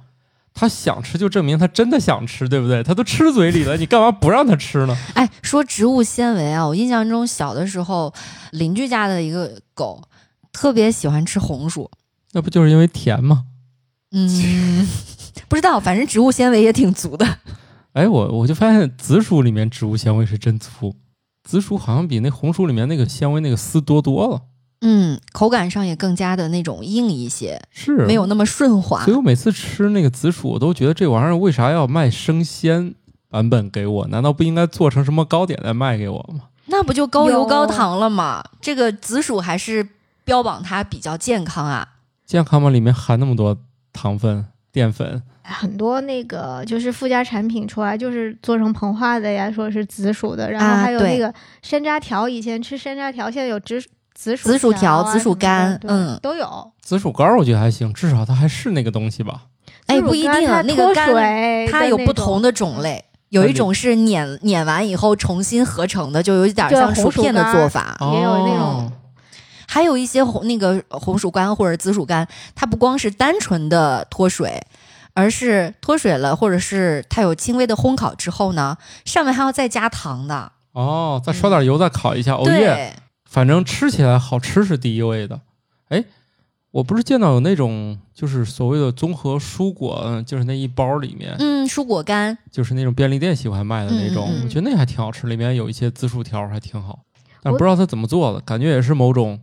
它想吃就证明它真的想吃，对不对？它都吃嘴里了，你干嘛不让它吃呢？
哎，说植物纤维啊，我印象中小的时候，邻居家的一个狗特别喜欢吃红薯，
那不就是因为甜吗？
嗯，不知道，反正植物纤维也挺足的。
哎，我我就发现紫薯里面植物纤维是真粗，紫薯好像比那红薯里面那个纤维那个丝多多了。
嗯，口感上也更加的那种硬一些，
是
没有那么顺滑
所以。我每次吃那个紫薯，我都觉得这玩意儿为啥要卖生鲜版本给我？难道不应该做成什么糕点再卖给我吗？
那不就高油
有
高糖了吗？这个紫薯还是标榜它比较健康啊。
健康吗？里面含那么多糖分、淀粉，
很多那个就是附加产品出来，就是做成膨化的呀，说是紫薯的，然
啊
后还有
对
那个山楂条，以前吃山楂条，现在有紫紫薯
紫薯条
啊
紫薯干
什么的对
嗯
都有。
紫薯干儿我觉得还行，至少它还是那个东西吧。
哎，
紫薯
不一定
干，它
那
脱
个干
水
它
的
有
哎那
不
种
同的种类，有一种是碾碾完以后重新合成的，就有一点
对啊
像
红
薯
薯
片的
干
做法。
也有那种
哦
还有一些红那个红薯干或者紫薯干，它不光是单纯的脱水，而是脱水了，或者是它有轻微的烘烤之后呢，上面还要再加糖的。
哦，再烧点油，再烤一下。哦耶！
嗯对，
反正吃起来好吃是第一位的。哎，我不是见到有那种就是所谓的综合蔬果，嗯就是那一包里面、
嗯，蔬果干，
就是那种便利店喜欢卖的那种，
嗯嗯嗯
我觉得那还挺好吃，里面有一些紫薯条还挺好，但
我
不知道它怎么做的，感觉也是某种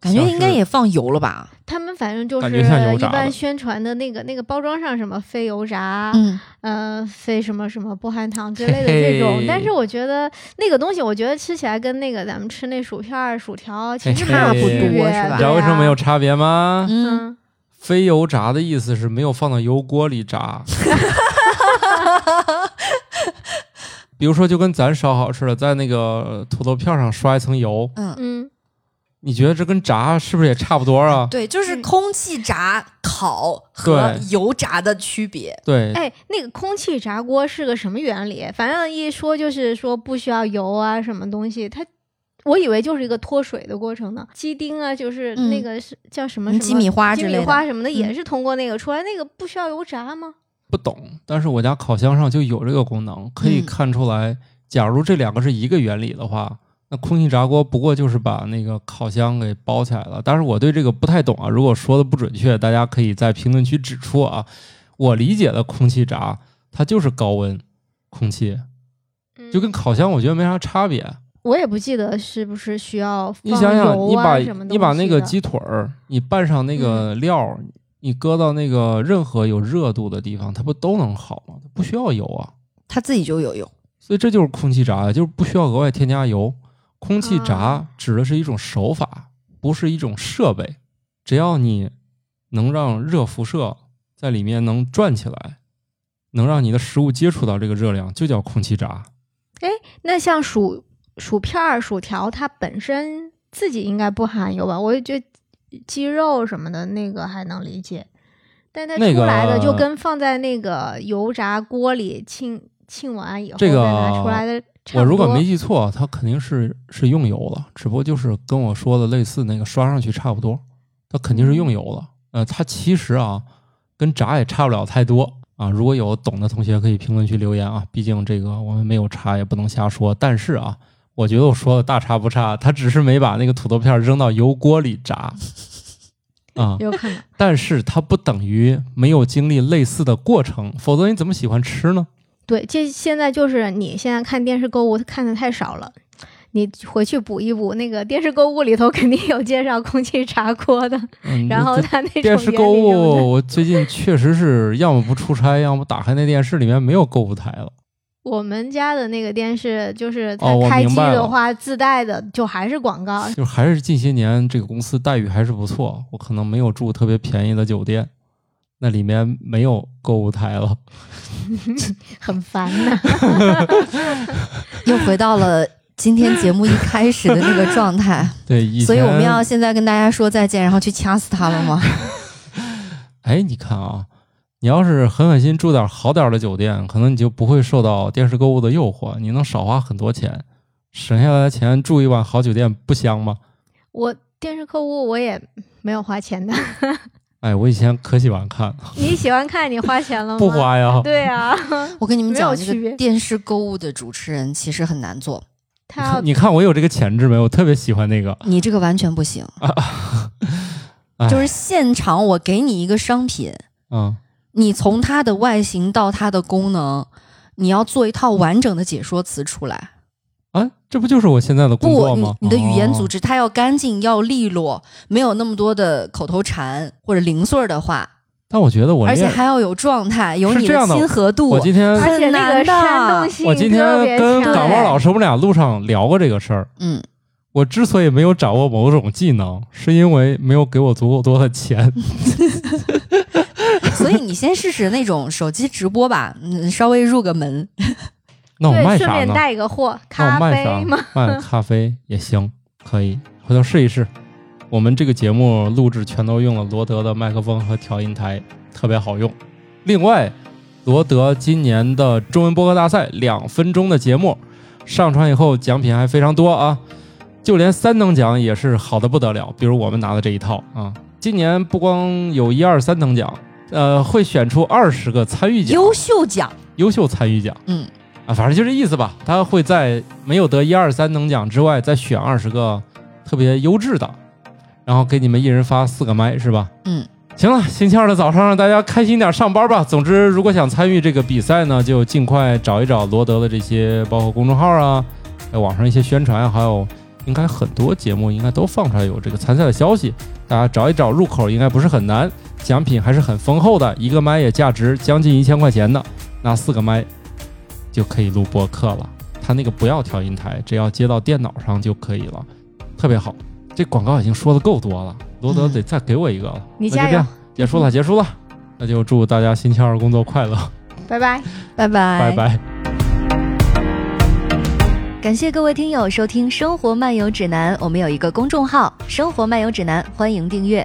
感觉
像
应该
是
也放油了吧？
他们反正就是
感觉像油
一
炸
般
的
宣传的那个那个包装上什么非油炸，
嗯，
呃，非什么什么不含糖之类的这种。
嘿嘿
但是我觉得那个东西，我觉得吃起来跟那个咱们吃那薯片儿、薯条其实
嘿嘿
没有
差不
区
多
别
是吧
你知道为什么没？有
对啊
差别吗？
嗯，
嗯，
非油炸的意思是没有放到油锅里 炸。比如说，就跟咱烧烤似的，在那个土豆片上刷一层油，
嗯，
你觉得这跟炸是不是也差不多啊？
对，就是
嗯
空气炸、烤和
对
油炸的区别。
对，
哎，那个空气炸锅是个什么原理？反正一说就是说不需要油啊，什么东西它。我以为就是一个脱水的过程呢，鸡丁啊，就是
嗯
那个是叫什么
嗯
什么
鸡米花
鸡
之
米
类的
花什么的，也
嗯
是通过那个出来。那个不需要油炸吗？
不懂，但是我家烤箱上就有这个功能，可以
嗯
看出来。假如这两个是一个原理的话，那空气炸锅不过就是把那个烤箱给包起来了。但是我对这个不太懂啊，如果说的不准确，大家可以在评论区指出啊。我理解的空气炸，它就是高温空气，
嗯
就跟烤箱我觉得没啥差别。
我也不记得是不是需要
你
放
想想，
油
你
啊嗯
把
什么
你把
东
那
西
个
的
鸡腿儿，你拌上那个料儿，你搁到那个任何有热度的地方，它不都能好吗？它不需要油啊。
它自己就有用，
所以这就是空气炸，就是不需要额外添加油。空气炸指的是一种手法，不是一种设备。只要你能让热辐射在里面能转起来，能让你的食物接触到这个热量，就叫空气炸。
那像薯薯片儿、薯条，它本身自己应该不含油吧？我也觉得鸡肉什么的那个还能理解，但它
那
出来的
个
就跟放在那个油炸锅里浸浸完以后
这
再
个
拿出来的差
我
不
如
多。
果没记错，它肯定是是用油了，只不过就是跟我说的类似那个刷上去差不多，它肯定是
嗯
用油了。呃，它其实啊，跟炸也差不了太多啊。如果有懂的同学可以评论区留言啊，毕竟这个我们没有查也不能瞎说。但是啊，我觉得我说的大差不差，它只是没把那个土豆片扔到油锅里
，
炸啊
有可能，
但是它不等于没有经历类似的过程，否则你怎么喜欢吃呢？
对，这现在就是你现在看电视购物看的太少了，你回去补一补，那个电视购物里头肯定有介绍空气炸锅的，
嗯，
然后
这
它那种
电视
原
购
理什么的
物，我最近确实是要么不出差，要么打开那电视里面没有购物台了。
我们家的那个电视，就是它
哦我
开
明
机
白
的
了
话，自带的就还是广
嗯
告。
就还是近些年这个公司待遇还是不错，我可能没有住特别便宜的酒店，那里面没有购物台了。
很烦 呐、
又回到了今天节目一开始的那个状态。
对， 以前
所以我们要现在跟大家说再见，然后去掐死他们吗？
哎，你看啊，你要是狠狠心住点好点儿的酒店，可能你就不会受到电视购物的诱惑，你能少花很多钱，省下来的钱住一晚好酒店不香吗？
我电视购物我也没有花钱的，
哎，我以前可喜欢看，
你喜欢看你花钱了
嗯
吗？
不。花 呀。
对啊，
我跟你们讲，
没有
这
区
个
别
电视购物的主持人其实很难做，
你
他要
看， 你看我有这个潜质没有？我特别喜欢那个。
你这个完全不行。
哎
就是现场我给你一个商品，
嗯，
你从它的外形到它的功能，你要做一套完整的解说词出来。
啊，这不就是我现在的工
不，
作
你
吗？
你的语言组
哦
织它要干净，要利落，没有那么多的口头禅或者零碎儿的话，
但我觉得我
而且
练
还要有状态，有
是
你
这样的
亲和度。
我今天
而且那个
很难的
煽动性
我今
特
天
别
跟
强哎
感冒老师我们俩路上聊过这个事儿。
嗯，
我之所以没有掌握某种技能，是因为没有给我足够多的钱。
所以你先试试那种手机直播吧，嗯，稍微入个门。
那我
对，
卖
顺
啥
便
呢？
带一个货，
那
咖
我卖
啡
啥
吗？？
卖啊咖啡也行，可以，回头试一试。我们这个节目录制全都用了罗德的麦克风和调音台，特别好用。另外，罗德今年的中文播客大赛两分钟的节目上传以后，奖品还非常多啊，就连三等奖也是好的不得了，比如我们拿的这一套啊。今年不光有一二三等奖，呃，会选出二十个参与奖，
优秀奖，
优秀参与奖。
嗯，
啊，反正就这意思吧。他会在没有得一二三等奖之外，再选二十个特别优质的，然后给你们一人发四个麦，是吧？
嗯。
行了，星期二的早上让大家开心点上班吧。总之，如果想参与这个比赛呢，就尽快找一找罗德的这些，包括公众号啊，还有网上一些宣传，还有应该很多节目应该都放出来有这个参赛的消息，大家找一找入口应该不是很难，奖品还是很丰厚的，一个麦也价值将近一千块钱呢，拿四个麦就可以录播客了。它那个不要调音台，只要接到电脑上就可以了，特别好。这广告已经说的够多了，罗德
嗯
得再给我一个了。
你
那就
加
这样
油，嗯
结束了，结束了，那就祝大家星期二工作快乐，
拜拜。
拜
拜
拜
拜。
感谢各位听友收听《生活漫游指南》，我们有一个公众号《生活漫游指南》，欢迎订阅。